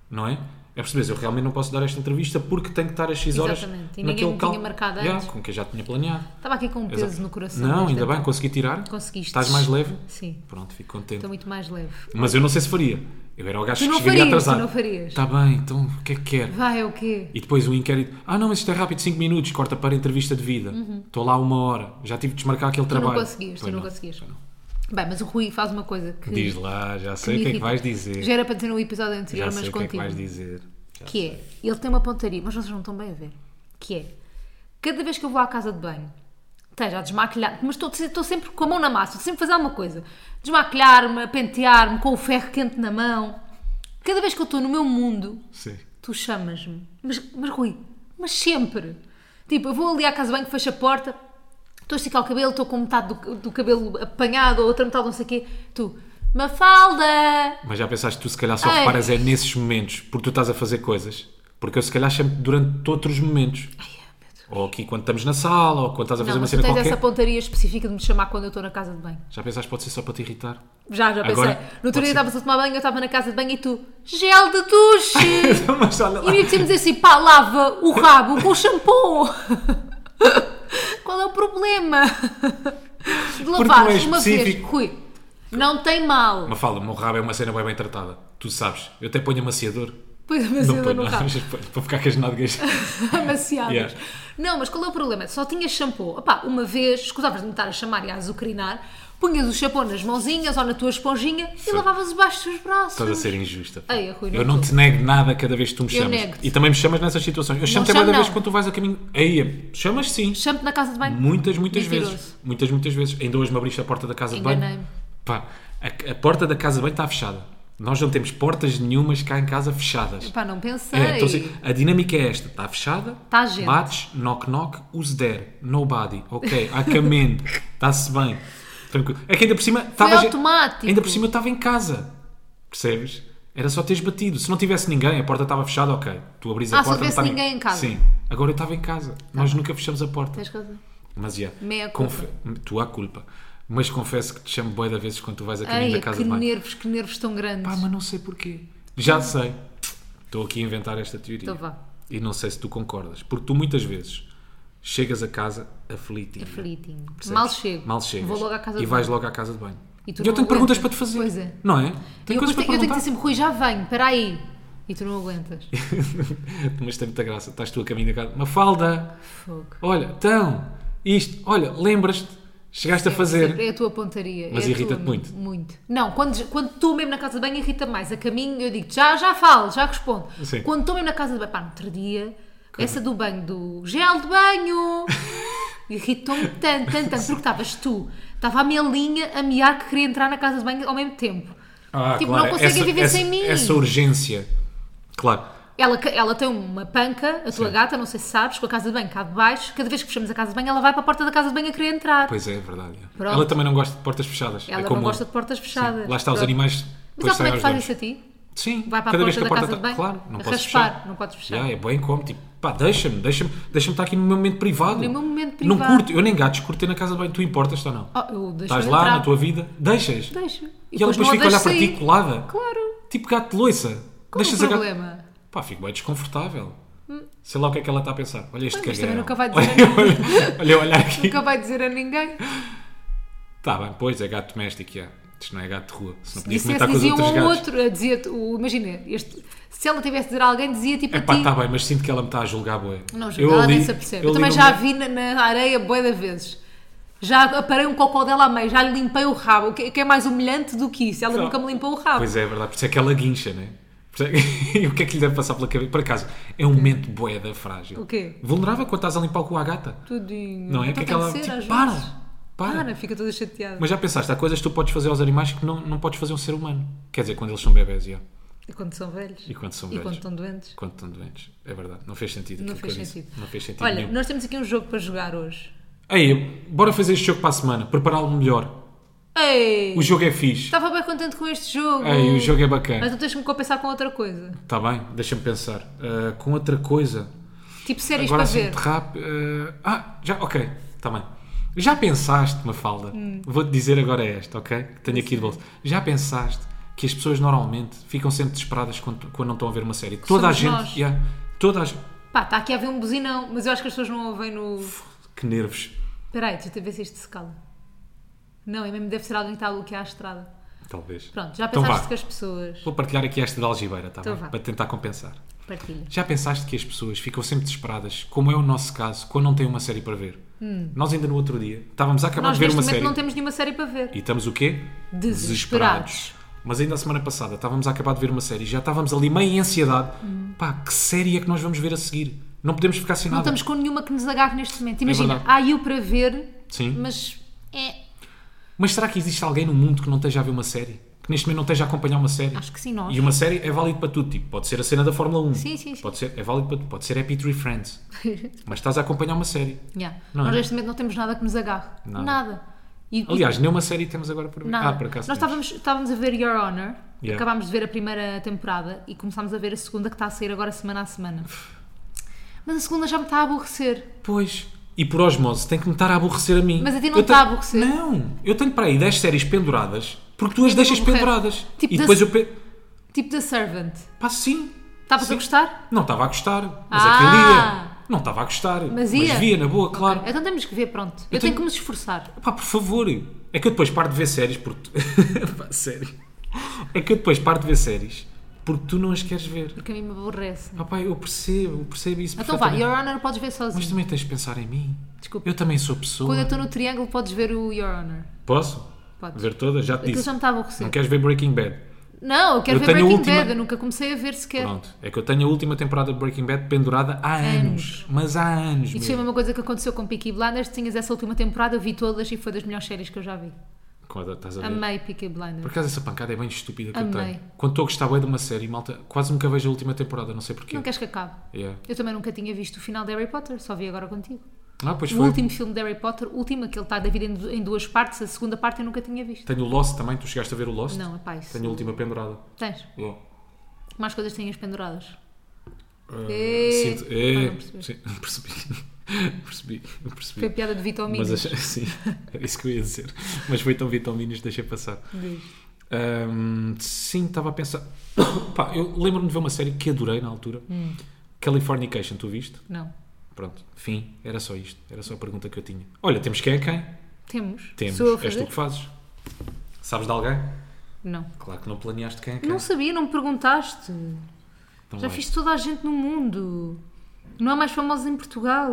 Speaker 2: não é? É perceberes, eu realmente não posso dar esta entrevista porque tenho que estar às 6 horas.
Speaker 1: Exatamente. E ninguém
Speaker 2: naquele
Speaker 1: me
Speaker 2: cal-
Speaker 1: tinha marcado
Speaker 2: Yeah,
Speaker 1: antes.
Speaker 2: Com que eu já tinha planeado.
Speaker 1: Estava aqui com um peso
Speaker 2: Exato.
Speaker 1: no coração.
Speaker 2: não,
Speaker 1: mas
Speaker 2: ainda bem,
Speaker 1: então
Speaker 2: consegui tirar.
Speaker 1: Conseguiste.
Speaker 2: Estás mais leve?
Speaker 1: Sim,
Speaker 2: Pronto, fico contente.
Speaker 1: estou muito mais leve.
Speaker 2: Mas eu não sei se faria. Eu era o gajo
Speaker 1: Tu
Speaker 2: que
Speaker 1: não
Speaker 2: chegaria
Speaker 1: farias, tu
Speaker 2: atrasado.
Speaker 1: não farias.
Speaker 2: Está bem, então o que é que quer?
Speaker 1: Vai, é o quê?
Speaker 2: E depois o inquérito. Ah, não, mas isto é rápido, 5 minutos, corta para a entrevista de vida. Estou lá uma hora, já tive de desmarcar aquele
Speaker 1: Uhum. Tu não
Speaker 2: trabalho.
Speaker 1: conseguias, tu
Speaker 2: Pois
Speaker 1: não,
Speaker 2: não.
Speaker 1: conseguias. Bem, mas o Rui faz uma coisa que.
Speaker 2: Diz lá, já
Speaker 1: me
Speaker 2: sei o que é que
Speaker 1: irrita.
Speaker 2: vais dizer.
Speaker 1: Já era para dizer no episódio anterior,
Speaker 2: já
Speaker 1: mas
Speaker 2: sei o que é que
Speaker 1: contigo.
Speaker 2: vais dizer. Já
Speaker 1: que é, ele tem uma pontaria, mas vocês não estão bem a ver, que é, cada vez que eu vou à casa de banho, esteja a desmaquilhar, mas estou, estou sempre com a mão na massa, estou sempre a fazer alguma coisa, desmaquilhar-me, a pentear-me, com o ferro quente na mão, cada vez que eu estou no meu mundo,
Speaker 2: sei. Sim.
Speaker 1: tu chamas-me, mas, mas Rui, mas sempre, tipo, eu vou ali à casa de banho, fecho a porta, estou a esticar o cabelo, estou com metade do, do cabelo apanhado, ou outra metade não sei o quê, tu, Mafalda!
Speaker 2: Mas já pensaste que tu se calhar só
Speaker 1: Ai.
Speaker 2: reparas é nesses momentos, porque tu estás a fazer coisas. Porque eu se calhar sempre durante outros momentos.
Speaker 1: Ai, é, meu Deus.
Speaker 2: Ou aqui quando estamos na sala, ou quando estás a fazer
Speaker 1: Não,
Speaker 2: uma
Speaker 1: mas tu
Speaker 2: cena
Speaker 1: tens
Speaker 2: qualquer.
Speaker 1: essa pontaria específica de me chamar quando eu estou na casa de banho.
Speaker 2: Já pensaste que pode ser só para te irritar?
Speaker 1: Já, já pensei.
Speaker 2: Agora,
Speaker 1: no outro
Speaker 2: pode
Speaker 1: dia
Speaker 2: ser.
Speaker 1: estavas a tomar banho, eu estava na casa de banho e tu, gel de duche!
Speaker 2: mas olha lá.
Speaker 1: e me dizemos assim, pá, lava o rabo com shampoo! Qual é o problema? De lavar
Speaker 2: não és
Speaker 1: uma vez.
Speaker 2: específico.
Speaker 1: Rui, não tem mal.
Speaker 2: Mas fala, o meu rabo é uma cena bem bem tratada. Tu sabes, eu até ponho amaciador.
Speaker 1: Pois
Speaker 2: Não
Speaker 1: amaciador
Speaker 2: ponho,
Speaker 1: no
Speaker 2: não,
Speaker 1: rabo.
Speaker 2: mas ponho, para ficar com as nádegas.
Speaker 1: Amaciadas.
Speaker 2: Yeah.
Speaker 1: Não, mas qual é o problema? Só tinhas shampoo. Opá, uma vez, escusavas de me estar a chamar e a azucrinar, punhas o shampoo nas mãozinhas ou na tua esponjinha e
Speaker 2: Sim.
Speaker 1: lavavas debaixo dos braços.
Speaker 2: Estás a ser injusta. pá.
Speaker 1: Ei, Rui, não
Speaker 2: eu não
Speaker 1: tu.
Speaker 2: te nego nada cada vez que tu me
Speaker 1: Eu
Speaker 2: chamas.
Speaker 1: nego-te.
Speaker 2: E também me chamas nessas situações. Eu chamo-te
Speaker 1: chamo,
Speaker 2: cada vez
Speaker 1: não.
Speaker 2: quando tu vais a caminho. Aí, chamas sim.
Speaker 1: Shampoo na casa de banho?
Speaker 2: Muitas, muitas
Speaker 1: Mentiroso.
Speaker 2: vezes. Muitas, muitas vezes. Ainda hoje me abriste a porta da casa de
Speaker 1: Enganei-me.
Speaker 2: banho. Pá, a, a porta da casa de banho está fechada. Nós não temos portas nenhumas cá em casa fechadas.
Speaker 1: Pá, não pensei.
Speaker 2: É, então, assim, a dinâmica é esta: está fechada,
Speaker 1: Tá gente.
Speaker 2: bates, knock knock, who's there, nobody, ok, I come in, está-se bem. Tranquilo. É que ainda por cima.
Speaker 1: Foi
Speaker 2: tavas-
Speaker 1: automático.
Speaker 2: Ainda por cima eu estava em casa. Percebes? Era só teres batido. Se não tivesse ninguém, a porta estava fechada, ok. Tu abris a
Speaker 1: Ah, se
Speaker 2: porta.
Speaker 1: não tivesse
Speaker 2: tá
Speaker 1: ninguém em casa.
Speaker 2: Sim. Agora eu estava em casa. Nós nunca fechamos a porta.
Speaker 1: Tens razão.
Speaker 2: Mas já.
Speaker 1: Meia
Speaker 2: Confe- Tua culpa. Mas confesso que te chamo boia da vezes quando tu vais a caminho
Speaker 1: Ai, é
Speaker 2: da casa
Speaker 1: que
Speaker 2: de banho.
Speaker 1: nervos, que nervos tão grandes.
Speaker 2: Pá, mas não sei porquê. Já sei. Estou aqui a inventar esta teoria.
Speaker 1: Então vá.
Speaker 2: E não sei se tu concordas. Porque tu muitas vezes chegas a casa aflitinho.
Speaker 1: Aflitinho.
Speaker 2: Percebes?
Speaker 1: Mal chego.
Speaker 2: Mal chegas.
Speaker 1: Vou logo à casa
Speaker 2: e
Speaker 1: de
Speaker 2: vais
Speaker 1: banho.
Speaker 2: logo à casa de banho.
Speaker 1: E
Speaker 2: E,
Speaker 1: tu
Speaker 2: eu
Speaker 1: não
Speaker 2: tenho perguntas
Speaker 1: aguentas.
Speaker 2: para te fazer.
Speaker 1: Pois é.
Speaker 2: Não é?
Speaker 1: Eu, eu
Speaker 2: Tenho coisas para
Speaker 1: tenho que
Speaker 2: perguntar.
Speaker 1: dizer sempre, Rui, já venho, espera aí. E tu não aguentas.
Speaker 2: Mas tem muita graça. Estás tu a caminho da casa. Uma falda.
Speaker 1: Fogo.
Speaker 2: Olha, então. Isto. Olha, lembras-te. Chegaste a fazer.
Speaker 1: É a tua pontaria.
Speaker 2: Mas
Speaker 1: é a
Speaker 2: irrita-te
Speaker 1: tua-
Speaker 2: muito?
Speaker 1: Muito. Não, quando quando estou mesmo na casa de banho, irrita mais. A caminho, eu digo já, já falo, já respondo.
Speaker 2: Sim.
Speaker 1: Quando estou mesmo na casa de banho, pá, no outro dia, essa do banho, do gel de banho, irritou-me tanto, tanto, tanto, porque estavas tu, estava a minha linha a miar que queria entrar na casa de banho ao mesmo tempo.
Speaker 2: Ah,
Speaker 1: tipo,
Speaker 2: claro.
Speaker 1: não conseguem
Speaker 2: Essa-
Speaker 1: viver
Speaker 2: essa-
Speaker 1: sem mim.
Speaker 2: Essa urgência. Claro.
Speaker 1: Ela, ca- ela tem uma panca, a tua
Speaker 2: Sim.
Speaker 1: gata, não sei se sabes, com a casa de banho cá de baixo. Cada vez que fechamos a casa de banho, ela vai para a porta da casa de banho a querer entrar.
Speaker 2: Pois é, é verdade. é.
Speaker 1: Pronto.
Speaker 2: Ela também não gosta de portas fechadas.
Speaker 1: ela
Speaker 2: é
Speaker 1: não
Speaker 2: como
Speaker 1: gosta de portas fechadas.
Speaker 2: Sim, Lá está, os
Speaker 1: Pronto.
Speaker 2: animais.
Speaker 1: Mas ela como é
Speaker 2: depois saem
Speaker 1: que
Speaker 2: aos
Speaker 1: faz
Speaker 2: dois.
Speaker 1: isso a ti?
Speaker 2: Sim,
Speaker 1: Vai para a
Speaker 2: cada vez
Speaker 1: porta
Speaker 2: que a
Speaker 1: da
Speaker 2: porta
Speaker 1: casa de
Speaker 2: tá-
Speaker 1: banho,
Speaker 2: Claro, não
Speaker 1: a
Speaker 2: posso
Speaker 1: raspar,
Speaker 2: fechar.
Speaker 1: não podes fechar.
Speaker 2: Já, é bem como, tipo, pá, deixa-me, deixa-me, deixa-me estar aqui no meu momento privado.
Speaker 1: No meu momento
Speaker 2: Não
Speaker 1: privado.
Speaker 2: curto, eu nem gatos curto ter na casa de banho, tu importas ou não?
Speaker 1: Oh, eu deixo
Speaker 2: Estás
Speaker 1: eu
Speaker 2: lá
Speaker 1: entrar.
Speaker 2: na tua vida, deixas.
Speaker 1: Deixo.
Speaker 2: E, ela depois
Speaker 1: não a
Speaker 2: fica a olhar para
Speaker 1: deixo
Speaker 2: ti
Speaker 1: sair.
Speaker 2: colada.
Speaker 1: Claro.
Speaker 2: Tipo gato de loiça.
Speaker 1: Qual
Speaker 2: deixas
Speaker 1: é o
Speaker 2: a gata.
Speaker 1: problema? Hum.
Speaker 2: Pá, fico bem desconfortável. Sei lá o que é que ela está a pensar. Olha este
Speaker 1: Pois, mas
Speaker 2: cagão.
Speaker 1: também nunca vai dizer
Speaker 2: olha, olha, olha, olha aqui.
Speaker 1: Nunca vai dizer a ninguém.
Speaker 2: Tá bem, pois, é gato doméstico, é. Isto não é gato de rua. Se não podia
Speaker 1: Dissesse,
Speaker 2: comentar com os
Speaker 1: dizia um
Speaker 2: outros
Speaker 1: ao
Speaker 2: gatos.
Speaker 1: outro. eh, Dizia, o- imagina, este, se ela tivesse de dizer a alguém, dizia tipo
Speaker 2: É
Speaker 1: a ti.
Speaker 2: pá, tá bem, mas sinto que ela me está a julgar, boé.
Speaker 1: Não, julga, ela nem se apercebe. Eu, também já a vi na, na areia bué de vezes. Já aparei um cocó dela a meio, já lhe limpei o rabo. O que, o que é mais humilhante do que isso? Ela
Speaker 2: Não.
Speaker 1: nunca me limpou o rabo.
Speaker 2: Pois é, é verdade, por isso é que ela guincha, né? Por isso é- e o que é que lhe deve passar pela cabeça? Por acaso, é um momento boeda frágil.
Speaker 1: O quê?
Speaker 2: Vulnerável quando estás a limpar o cu à gata.
Speaker 1: Tudinho.
Speaker 2: Não é?
Speaker 1: Então
Speaker 2: que
Speaker 1: tem
Speaker 2: aquela.
Speaker 1: ser, às
Speaker 2: Tipo,
Speaker 1: vezes.
Speaker 2: para, para!
Speaker 1: Para, fica toda chateada.
Speaker 2: Mas já pensaste, há coisas que tu podes fazer aos animais que não, não podes fazer a um ser humano. Quer dizer, quando eles são bebés, já.
Speaker 1: E quando são velhos?
Speaker 2: E quando são
Speaker 1: E
Speaker 2: velhos.
Speaker 1: quando estão doentes?
Speaker 2: Quando estão doentes. É verdade, não fez sentido
Speaker 1: Não
Speaker 2: aquilo que
Speaker 1: fez
Speaker 2: eu disse.
Speaker 1: sentido.
Speaker 2: Não fez sentido
Speaker 1: Olha,
Speaker 2: nenhum.
Speaker 1: nós temos aqui um jogo para jogar hoje.
Speaker 2: Aí, bora fazer este jogo para a semana, prepará-lo melhor.
Speaker 1: Ei!
Speaker 2: O jogo é fixe.
Speaker 1: Estava bem contente com este jogo.
Speaker 2: Ei, o jogo é bacana.
Speaker 1: Tá Mas não tens que me compensar com outra coisa.
Speaker 2: Está bem, deixa-me pensar. Ah, com outra coisa.
Speaker 1: Tipo séries para
Speaker 2: Agora assim,
Speaker 1: ver.
Speaker 2: de rap, ah, ah, já, ok, está bem. Já pensaste, Mafalda?
Speaker 1: Hum.
Speaker 2: Vou-te dizer agora esta, ok? Que Tenho aqui de bolso. Já pensaste que as pessoas normalmente ficam sempre desesperadas quando, quando não estão a ver uma série? toda a
Speaker 1: somos
Speaker 2: gente.
Speaker 1: nós.
Speaker 2: yeah, toda a, gen-
Speaker 1: Pá, está aqui a haver um buzinão, mas eu acho que as pessoas não ouvem no.
Speaker 2: que nervos.
Speaker 1: Espera aí, deixa eu ver se isto se cala. Não, é mesmo deve ser alguém que está a bloquear a estrada.
Speaker 2: Talvez.
Speaker 1: Pronto, já
Speaker 2: Então
Speaker 1: pensaste
Speaker 2: vá.
Speaker 1: que as pessoas.
Speaker 2: Vou partilhar aqui esta da Algibeira, tá
Speaker 1: Então
Speaker 2: bem?
Speaker 1: vá.
Speaker 2: Para tentar compensar.
Speaker 1: Partilha.
Speaker 2: Já pensaste que as pessoas ficam sempre desesperadas, como é o nosso caso, quando não têm uma série para ver? Nós ainda no outro dia estávamos a
Speaker 1: Hum.
Speaker 2: acabar
Speaker 1: Nós
Speaker 2: de ver
Speaker 1: neste
Speaker 2: uma
Speaker 1: momento
Speaker 2: série.
Speaker 1: não temos nenhuma série para ver.
Speaker 2: E estamos o quê?
Speaker 1: Desesperados.
Speaker 2: Mas ainda a semana passada estávamos a acabar de ver uma série, já estávamos ali meio em ansiedade. Pá, que série é que nós vamos ver a seguir? Não podemos ficar sem
Speaker 1: Hum. Não
Speaker 2: nada.
Speaker 1: estamos com nenhuma que nos agarre neste momento. Imagina,
Speaker 2: É verdade.
Speaker 1: há eu para ver,
Speaker 2: Sim.
Speaker 1: mas é.
Speaker 2: Mas será que existe alguém no mundo que não esteja a ver uma série? Que neste momento não esteja a acompanhar uma série?
Speaker 1: Acho que sim, nós.
Speaker 2: E uma série é válido para tudo, tipo, pode ser a cena da Fórmula 1.
Speaker 1: Sim, sim, sim.
Speaker 2: Pode ser, é válido para tudo, pode ser Happy Tree Friends. Mas estás a acompanhar uma série.
Speaker 1: Yeah.
Speaker 2: Não
Speaker 1: Nós
Speaker 2: é?
Speaker 1: neste momento não temos nada que nos agarre. Nada.
Speaker 2: Nada.
Speaker 1: E- e-
Speaker 2: Aliás, nenhuma série temos agora para ver.
Speaker 1: nada.
Speaker 2: Ah, por acaso.
Speaker 1: Nós
Speaker 2: temos.
Speaker 1: estávamos, estávamos a ver Your Honor,
Speaker 2: Yeah.
Speaker 1: acabámos de ver a primeira temporada e começámos a ver a segunda que está a sair agora semana a semana. Mas a segunda já me está a aborrecer.
Speaker 2: Pois. E por osmose, tem que me estar a aborrecer a mim.
Speaker 1: Mas a ti não
Speaker 2: Eu
Speaker 1: te está a
Speaker 2: tenho-
Speaker 1: aborrecer?
Speaker 2: Não. Eu tenho para aí 10 séries penduradas porque tu as
Speaker 1: Eu
Speaker 2: deixas
Speaker 1: vou morrer.
Speaker 2: penduradas.
Speaker 1: Tipo
Speaker 2: e
Speaker 1: das-
Speaker 2: depois eu. Pe...
Speaker 1: Tipo The Servant.
Speaker 2: Pá, sim.
Speaker 1: Estavas
Speaker 2: Sim.
Speaker 1: a Tá gostar?
Speaker 2: Não estava a gostar. Mas
Speaker 1: Ah.
Speaker 2: aquele dia. Não estava a gostar.
Speaker 1: Mas ia?
Speaker 2: via, na boa, claro.
Speaker 1: Ok, Então temos que ver, pronto. Eu,
Speaker 2: Eu
Speaker 1: tenho
Speaker 2: tenho-
Speaker 1: que me esforçar.
Speaker 2: Pá, por favor. É que eu depois paro de ver séries porque. tu- Pá, sério. É que eu depois paro de ver séries porque tu não as queres ver.
Speaker 1: Porque a mim me aborrece.
Speaker 2: Ah, pá, eu percebo, eu percebo isso.
Speaker 1: Então vá,
Speaker 2: perfeitamente.
Speaker 1: Your Honor podes ver
Speaker 2: Mas
Speaker 1: sozinho.
Speaker 2: também tens de pensar em mim.
Speaker 1: Desculpa.
Speaker 2: Eu também sou pessoa.
Speaker 1: Quando eu estou no triângulo podes ver o Your Honor.
Speaker 2: Posso?
Speaker 1: Podes.
Speaker 2: Ver todas? Já te
Speaker 1: Aquilo
Speaker 2: disse.
Speaker 1: já me está a aborrecer.
Speaker 2: Não queres ver Breaking Bad?
Speaker 1: Não, eu quero
Speaker 2: Eu
Speaker 1: ver
Speaker 2: tenho a
Speaker 1: Breaking
Speaker 2: última-
Speaker 1: Bad. Eu nunca comecei a ver sequer.
Speaker 2: Pronto. É que eu tenho a última temporada de Breaking Bad pendurada há anos. Mas há anos
Speaker 1: Isso é foi a
Speaker 2: mesmo.
Speaker 1: mesma coisa que aconteceu com Peaky Blinders. Tinhas essa última temporada, eu vi todas e foi das melhores séries que eu já vi.
Speaker 2: Quando estás a ver.
Speaker 1: Amei Peaky
Speaker 2: Por
Speaker 1: Blinders.
Speaker 2: acaso essa pancada é bem estúpida que eu
Speaker 1: Amei.
Speaker 2: tenho. Quando estou a gostar bem de uma série, malta, quase nunca vejo a última temporada, não sei porquê.
Speaker 1: Não queres que acabe?
Speaker 2: Yeah.
Speaker 1: Eu também nunca tinha visto o final de Harry Potter, só vi agora contigo.
Speaker 2: Ah, pois
Speaker 1: o
Speaker 2: foi.
Speaker 1: último filme de Harry Potter, o último, aquele está tá dividido em du- em duas partes, a segunda parte eu nunca tinha visto.
Speaker 2: Tenho o Lost também, tu chegaste a ver o Lost?
Speaker 1: Não, é pá, isso.
Speaker 2: Tá Tenho a última pendurada.
Speaker 1: Tens.
Speaker 2: Oh.
Speaker 1: Que mais coisas têm as penduradas?
Speaker 2: Ah,
Speaker 1: Eh.
Speaker 2: sinto- eh,
Speaker 1: Ah, não percebi.
Speaker 2: sim, percebi. percebi, percebi.
Speaker 1: Foi a piada de vitaminas.
Speaker 2: Hum. Mas achei, sim, era isso que eu ia dizer. Mas foi tão vitaminas, deixei passar.
Speaker 1: Diz.
Speaker 2: Ahm, sim, estava a pensar. Pá, eu lembro-me de ver uma série que adorei na altura.
Speaker 1: Hum.
Speaker 2: Californication, tu viste?
Speaker 1: Não.
Speaker 2: Pronto, fim. Era só isto. Era só a pergunta que eu tinha. Olha, temos quem é quem?
Speaker 1: Temos.
Speaker 2: Temos.
Speaker 1: Sou eu a
Speaker 2: És
Speaker 1: fazer?
Speaker 2: tu que fazes. Sabes de alguém?
Speaker 1: Não.
Speaker 2: Claro que não planeaste quem é quem.
Speaker 1: Não sabia, não me perguntaste.
Speaker 2: Então
Speaker 1: Já
Speaker 2: vai.
Speaker 1: fiz toda a gente no mundo. Não há mais famosos em Portugal.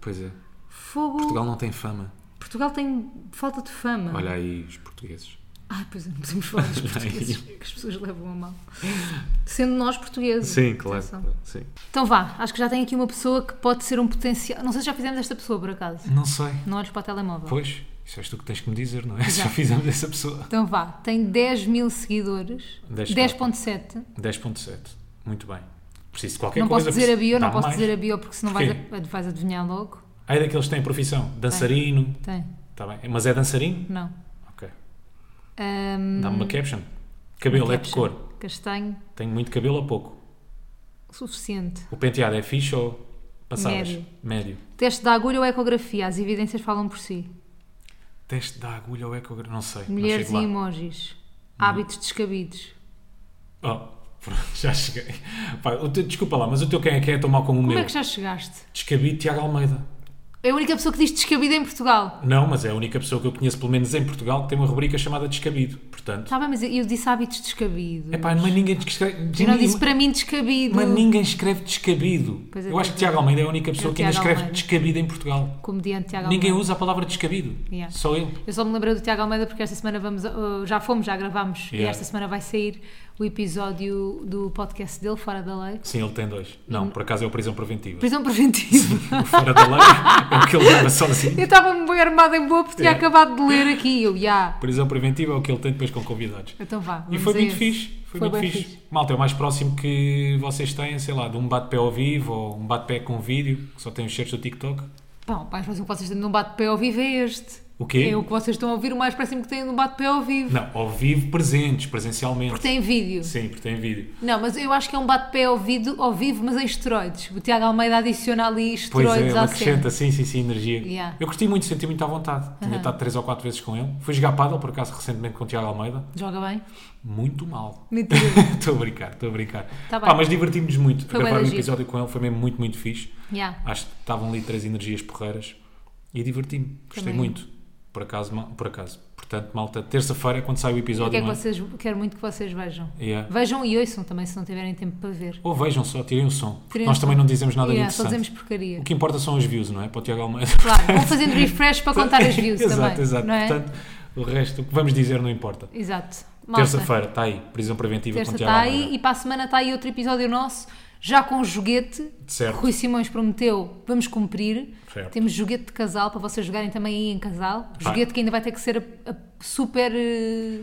Speaker 2: Pois é.
Speaker 1: Fogo.
Speaker 2: Portugal não tem fama.
Speaker 1: Portugal tem falta de fama.
Speaker 2: Olha aí os portugueses.
Speaker 1: Ai, pois é, não podemos falar dos portugueses que as pessoas levam a mal. Sendo nós portugueses. Atenção.
Speaker 2: Sim.
Speaker 1: Então vá, acho que já tem aqui uma pessoa que pode ser um potencial. Não sei se já fizemos esta pessoa por acaso.
Speaker 2: Não sei.
Speaker 1: Não olhes para o telemóvel.
Speaker 2: Pois, isso és tu que tens que me dizer, não é? Se
Speaker 1: Já.
Speaker 2: Já fizemos essa pessoa.
Speaker 1: Então vá, tem 10 mil seguidores.
Speaker 2: 10K.
Speaker 1: 10.7.
Speaker 2: 10.7 Muito bem. Preciso de qualquer
Speaker 1: Não
Speaker 2: coisa.
Speaker 1: posso dizer a bio, não
Speaker 2: Dá
Speaker 1: posso
Speaker 2: mais.
Speaker 1: dizer a bio porque senão vais,
Speaker 2: Porquê?
Speaker 1: a- vais adivinhar logo.
Speaker 2: Aí daqueles que têm profissão. Dançarino.
Speaker 1: Tem,
Speaker 2: Tá bem. Mas é dançarino?
Speaker 1: não.
Speaker 2: Ok.
Speaker 1: Ahm,
Speaker 2: Dá-me uma caption. Cabelo é de
Speaker 1: Hum. caption.
Speaker 2: cor.
Speaker 1: Castanho,
Speaker 2: Tenho muito cabelo ou pouco?
Speaker 1: suficiente.
Speaker 2: O penteado é fixe ou passadas?
Speaker 1: Médio.
Speaker 2: Médio.
Speaker 1: Teste da agulha ou ecografia? As evidências falam por si.
Speaker 2: Teste da agulha ou é ecografia? Não sei.
Speaker 1: Mulheres
Speaker 2: não
Speaker 1: e
Speaker 2: chego lá.
Speaker 1: emojis. Hábitos descabidos.
Speaker 2: Oh, pronto, já cheguei. Pá, o teu- desculpa lá, mas o teu quem é que é tão mau como o
Speaker 1: Como
Speaker 2: meu?
Speaker 1: é que já chegaste?
Speaker 2: Descabido Tiago Almeida.
Speaker 1: É a única pessoa que diz descabido em Portugal.
Speaker 2: Não, mas é a única pessoa que eu conheço, pelo menos em Portugal, que tem uma rubrica chamada Descabido. Portanto,
Speaker 1: Está Tá bem, mas eu disse hábitos descabidos.
Speaker 2: é pá, mas ninguém escreve.
Speaker 1: Ah. eu não disse para mim descabido.
Speaker 2: Mas ninguém escreve descabido.
Speaker 1: Pois é,
Speaker 2: eu acho que
Speaker 1: pois é.
Speaker 2: Tiago Almeida é a única pessoa
Speaker 1: o
Speaker 2: que ainda
Speaker 1: Tiago
Speaker 2: escreve
Speaker 1: Almeida.
Speaker 2: descabido em Portugal.
Speaker 1: Comediante Tiago
Speaker 2: Ninguém
Speaker 1: Almeida.
Speaker 2: usa a palavra descabido.
Speaker 1: Yeah.
Speaker 2: Só ele.
Speaker 1: Eu só me lembrei do Tiago Almeida porque esta semana vamos, uh, já fomos, já gravámos e
Speaker 2: Yeah.
Speaker 1: esta semana vai sair o episódio do podcast dele, Fora da Lei.
Speaker 2: Sim, ele tem dois.
Speaker 1: Uhum.
Speaker 2: Não, por acaso é o prisão preventiva.
Speaker 1: Prisão preventiva.
Speaker 2: O fora da lei é o que ele leva sozinho.
Speaker 1: Eu estava-me bem armada em boa porque tinha
Speaker 2: Yeah.
Speaker 1: acabado de ler aqui. Eu, já.
Speaker 2: Prisão preventiva é o que ele tem depois com convidados.
Speaker 1: Então vá.
Speaker 2: E
Speaker 1: vamos
Speaker 2: foi
Speaker 1: a
Speaker 2: muito
Speaker 1: esse.
Speaker 2: fixe.
Speaker 1: Foi
Speaker 2: Foi, muito
Speaker 1: bem
Speaker 2: fixe.
Speaker 1: fixe.
Speaker 2: Malta, é o mais próximo que vocês têm, sei lá, de um bate-pé ao vivo ou um bate-pé com vídeo, que só tem os cheiros do TikTok.
Speaker 1: Pá, o mais próximo que vocês têm de um bate-pé ao vivo é este.
Speaker 2: O quê?
Speaker 1: É o que vocês estão a ouvir, o mais próximo que têm de um bate-pé ao vivo.
Speaker 2: Não, ao vivo, presentes, presencialmente.
Speaker 1: Porque tem vídeo.
Speaker 2: Sim, porque tem vídeo.
Speaker 1: Não, mas eu acho que é um bate-pé ao, vivo- ao vivo, mas em esteroides. O Tiago Almeida adiciona ali
Speaker 2: Pois é,
Speaker 1: esteroides
Speaker 2: ele
Speaker 1: à cena.
Speaker 2: acrescenta, sim, sim, sim, energia.
Speaker 1: Yeah.
Speaker 2: Eu gostei muito, senti muito à vontade. Tinha
Speaker 1: Aham.
Speaker 2: estado três ou quatro vezes com ele. Fui jogar paddle, por acaso, recentemente com o Tiago Almeida.
Speaker 1: Joga bem?
Speaker 2: Muito mal.
Speaker 1: Mentira.
Speaker 2: Estou a brincar, estou a brincar.
Speaker 1: Tá
Speaker 2: Pá,
Speaker 1: bem.
Speaker 2: mas divertimos-nos muito.
Speaker 1: Foi
Speaker 2: Gravar um
Speaker 1: bué da giro.
Speaker 2: episódio com ele foi mesmo muito, muito fixe.
Speaker 1: Yeah.
Speaker 2: Acho que estavam ali três energias porreiras e diverti-me. Gostei
Speaker 1: Também.
Speaker 2: muito. Por acaso, mal- por acaso. Portanto, malta, terça-feira é quando sai o
Speaker 1: Eu
Speaker 2: episódio.
Speaker 1: quero,
Speaker 2: não
Speaker 1: que
Speaker 2: é?
Speaker 1: vocês, quero muito que vocês vejam.
Speaker 2: Yeah.
Speaker 1: Vejam e ouçam também, se não tiverem tempo para ver.
Speaker 2: Ou vejam só, tirem o som. porque
Speaker 1: Tirem
Speaker 2: Nós
Speaker 1: o
Speaker 2: também
Speaker 1: som.
Speaker 2: não dizemos nada
Speaker 1: Yeah,
Speaker 2: de
Speaker 1: só
Speaker 2: interessante.
Speaker 1: dizemos porcaria.
Speaker 2: O que importa são os views, não é? Para o Tiago Almeida.
Speaker 1: Claro, vão fazendo refresh para contar as views
Speaker 2: exato,
Speaker 1: também.
Speaker 2: Exato,
Speaker 1: não é?
Speaker 2: Portanto, o resto, o que vamos dizer não importa.
Speaker 1: Exato. Malta,
Speaker 2: Terça-feira, está aí. Prisão preventiva
Speaker 1: Terça
Speaker 2: com o
Speaker 1: está
Speaker 2: Tiago
Speaker 1: aí
Speaker 2: Almeida.
Speaker 1: e para a semana está aí outro episódio nosso, já com joguete.
Speaker 2: Certo.
Speaker 1: Rui Simões prometeu, vamos cumprir.
Speaker 2: Certo.
Speaker 1: Temos joguete de casal para vocês jogarem também aí em casal.
Speaker 2: Vai.
Speaker 1: Joguete que ainda vai ter que ser a- a- super eh,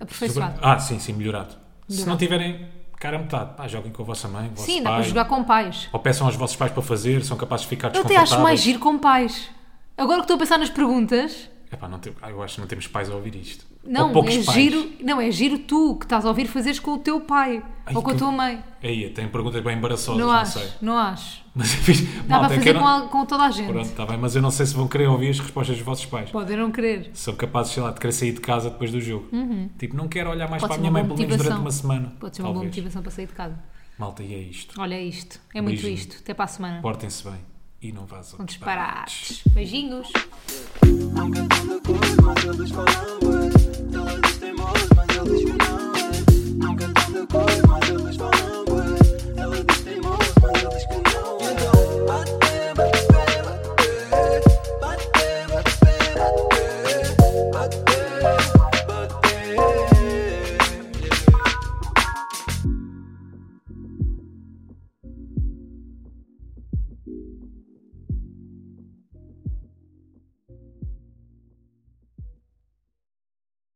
Speaker 1: aperfeiçoado.
Speaker 2: Ah, sim, sim, melhorado. Se não tiverem cara a metade, pá, joguem com a vossa mãe, o vosso
Speaker 1: Sim, dá
Speaker 2: pai.
Speaker 1: para jogar com pais.
Speaker 2: Ou peçam aos vossos pais para fazer, são capazes de ficar
Speaker 1: Eu até acho mais
Speaker 2: desconfortáveis.
Speaker 1: giro com pais. Agora que estou a pensar nas perguntas,
Speaker 2: Epá, não tem- ah, eu acho que não temos pais a ouvir isto.
Speaker 1: não,
Speaker 2: Ou
Speaker 1: é
Speaker 2: poucos pais.
Speaker 1: giro, não, é giro tu que estás a ouvir fazeres com o teu pai
Speaker 2: Ai,
Speaker 1: ou com a
Speaker 2: que-
Speaker 1: tua mãe.
Speaker 2: Aí, tem perguntas bem embaraçosas,
Speaker 1: Não
Speaker 2: não,
Speaker 1: acho,
Speaker 2: sei.
Speaker 1: não acho.
Speaker 2: Mas eu fiz.
Speaker 1: Dá
Speaker 2: Malta,
Speaker 1: para
Speaker 2: é que
Speaker 1: fazer
Speaker 2: eu
Speaker 1: com,
Speaker 2: não-
Speaker 1: a- com toda a gente.
Speaker 2: Pronto, está bem, mas eu não sei se vão querer ouvir as respostas dos vossos pais.
Speaker 1: Podem não querer.
Speaker 2: São capazes, sei lá, de querer sair de casa depois do jogo. Tipo, não quero olhar mais
Speaker 1: Uhum. Pode ser
Speaker 2: para a minha
Speaker 1: uma
Speaker 2: mãe,
Speaker 1: boa
Speaker 2: pelo menos durante uma
Speaker 1: motivação.
Speaker 2: semana.
Speaker 1: Pode ser uma boa
Speaker 2: talvez.
Speaker 1: motivação para sair de casa.
Speaker 2: Malta, e é isto.
Speaker 1: Olha, é isto. É muito
Speaker 2: Beijinho.
Speaker 1: isto. Até para a semana.
Speaker 2: Portem-se bem e não vazam.
Speaker 1: Com disparates. Beijinhos.
Speaker 3: Não quer tanta cor, mas eles falam bué. Elas têm voz,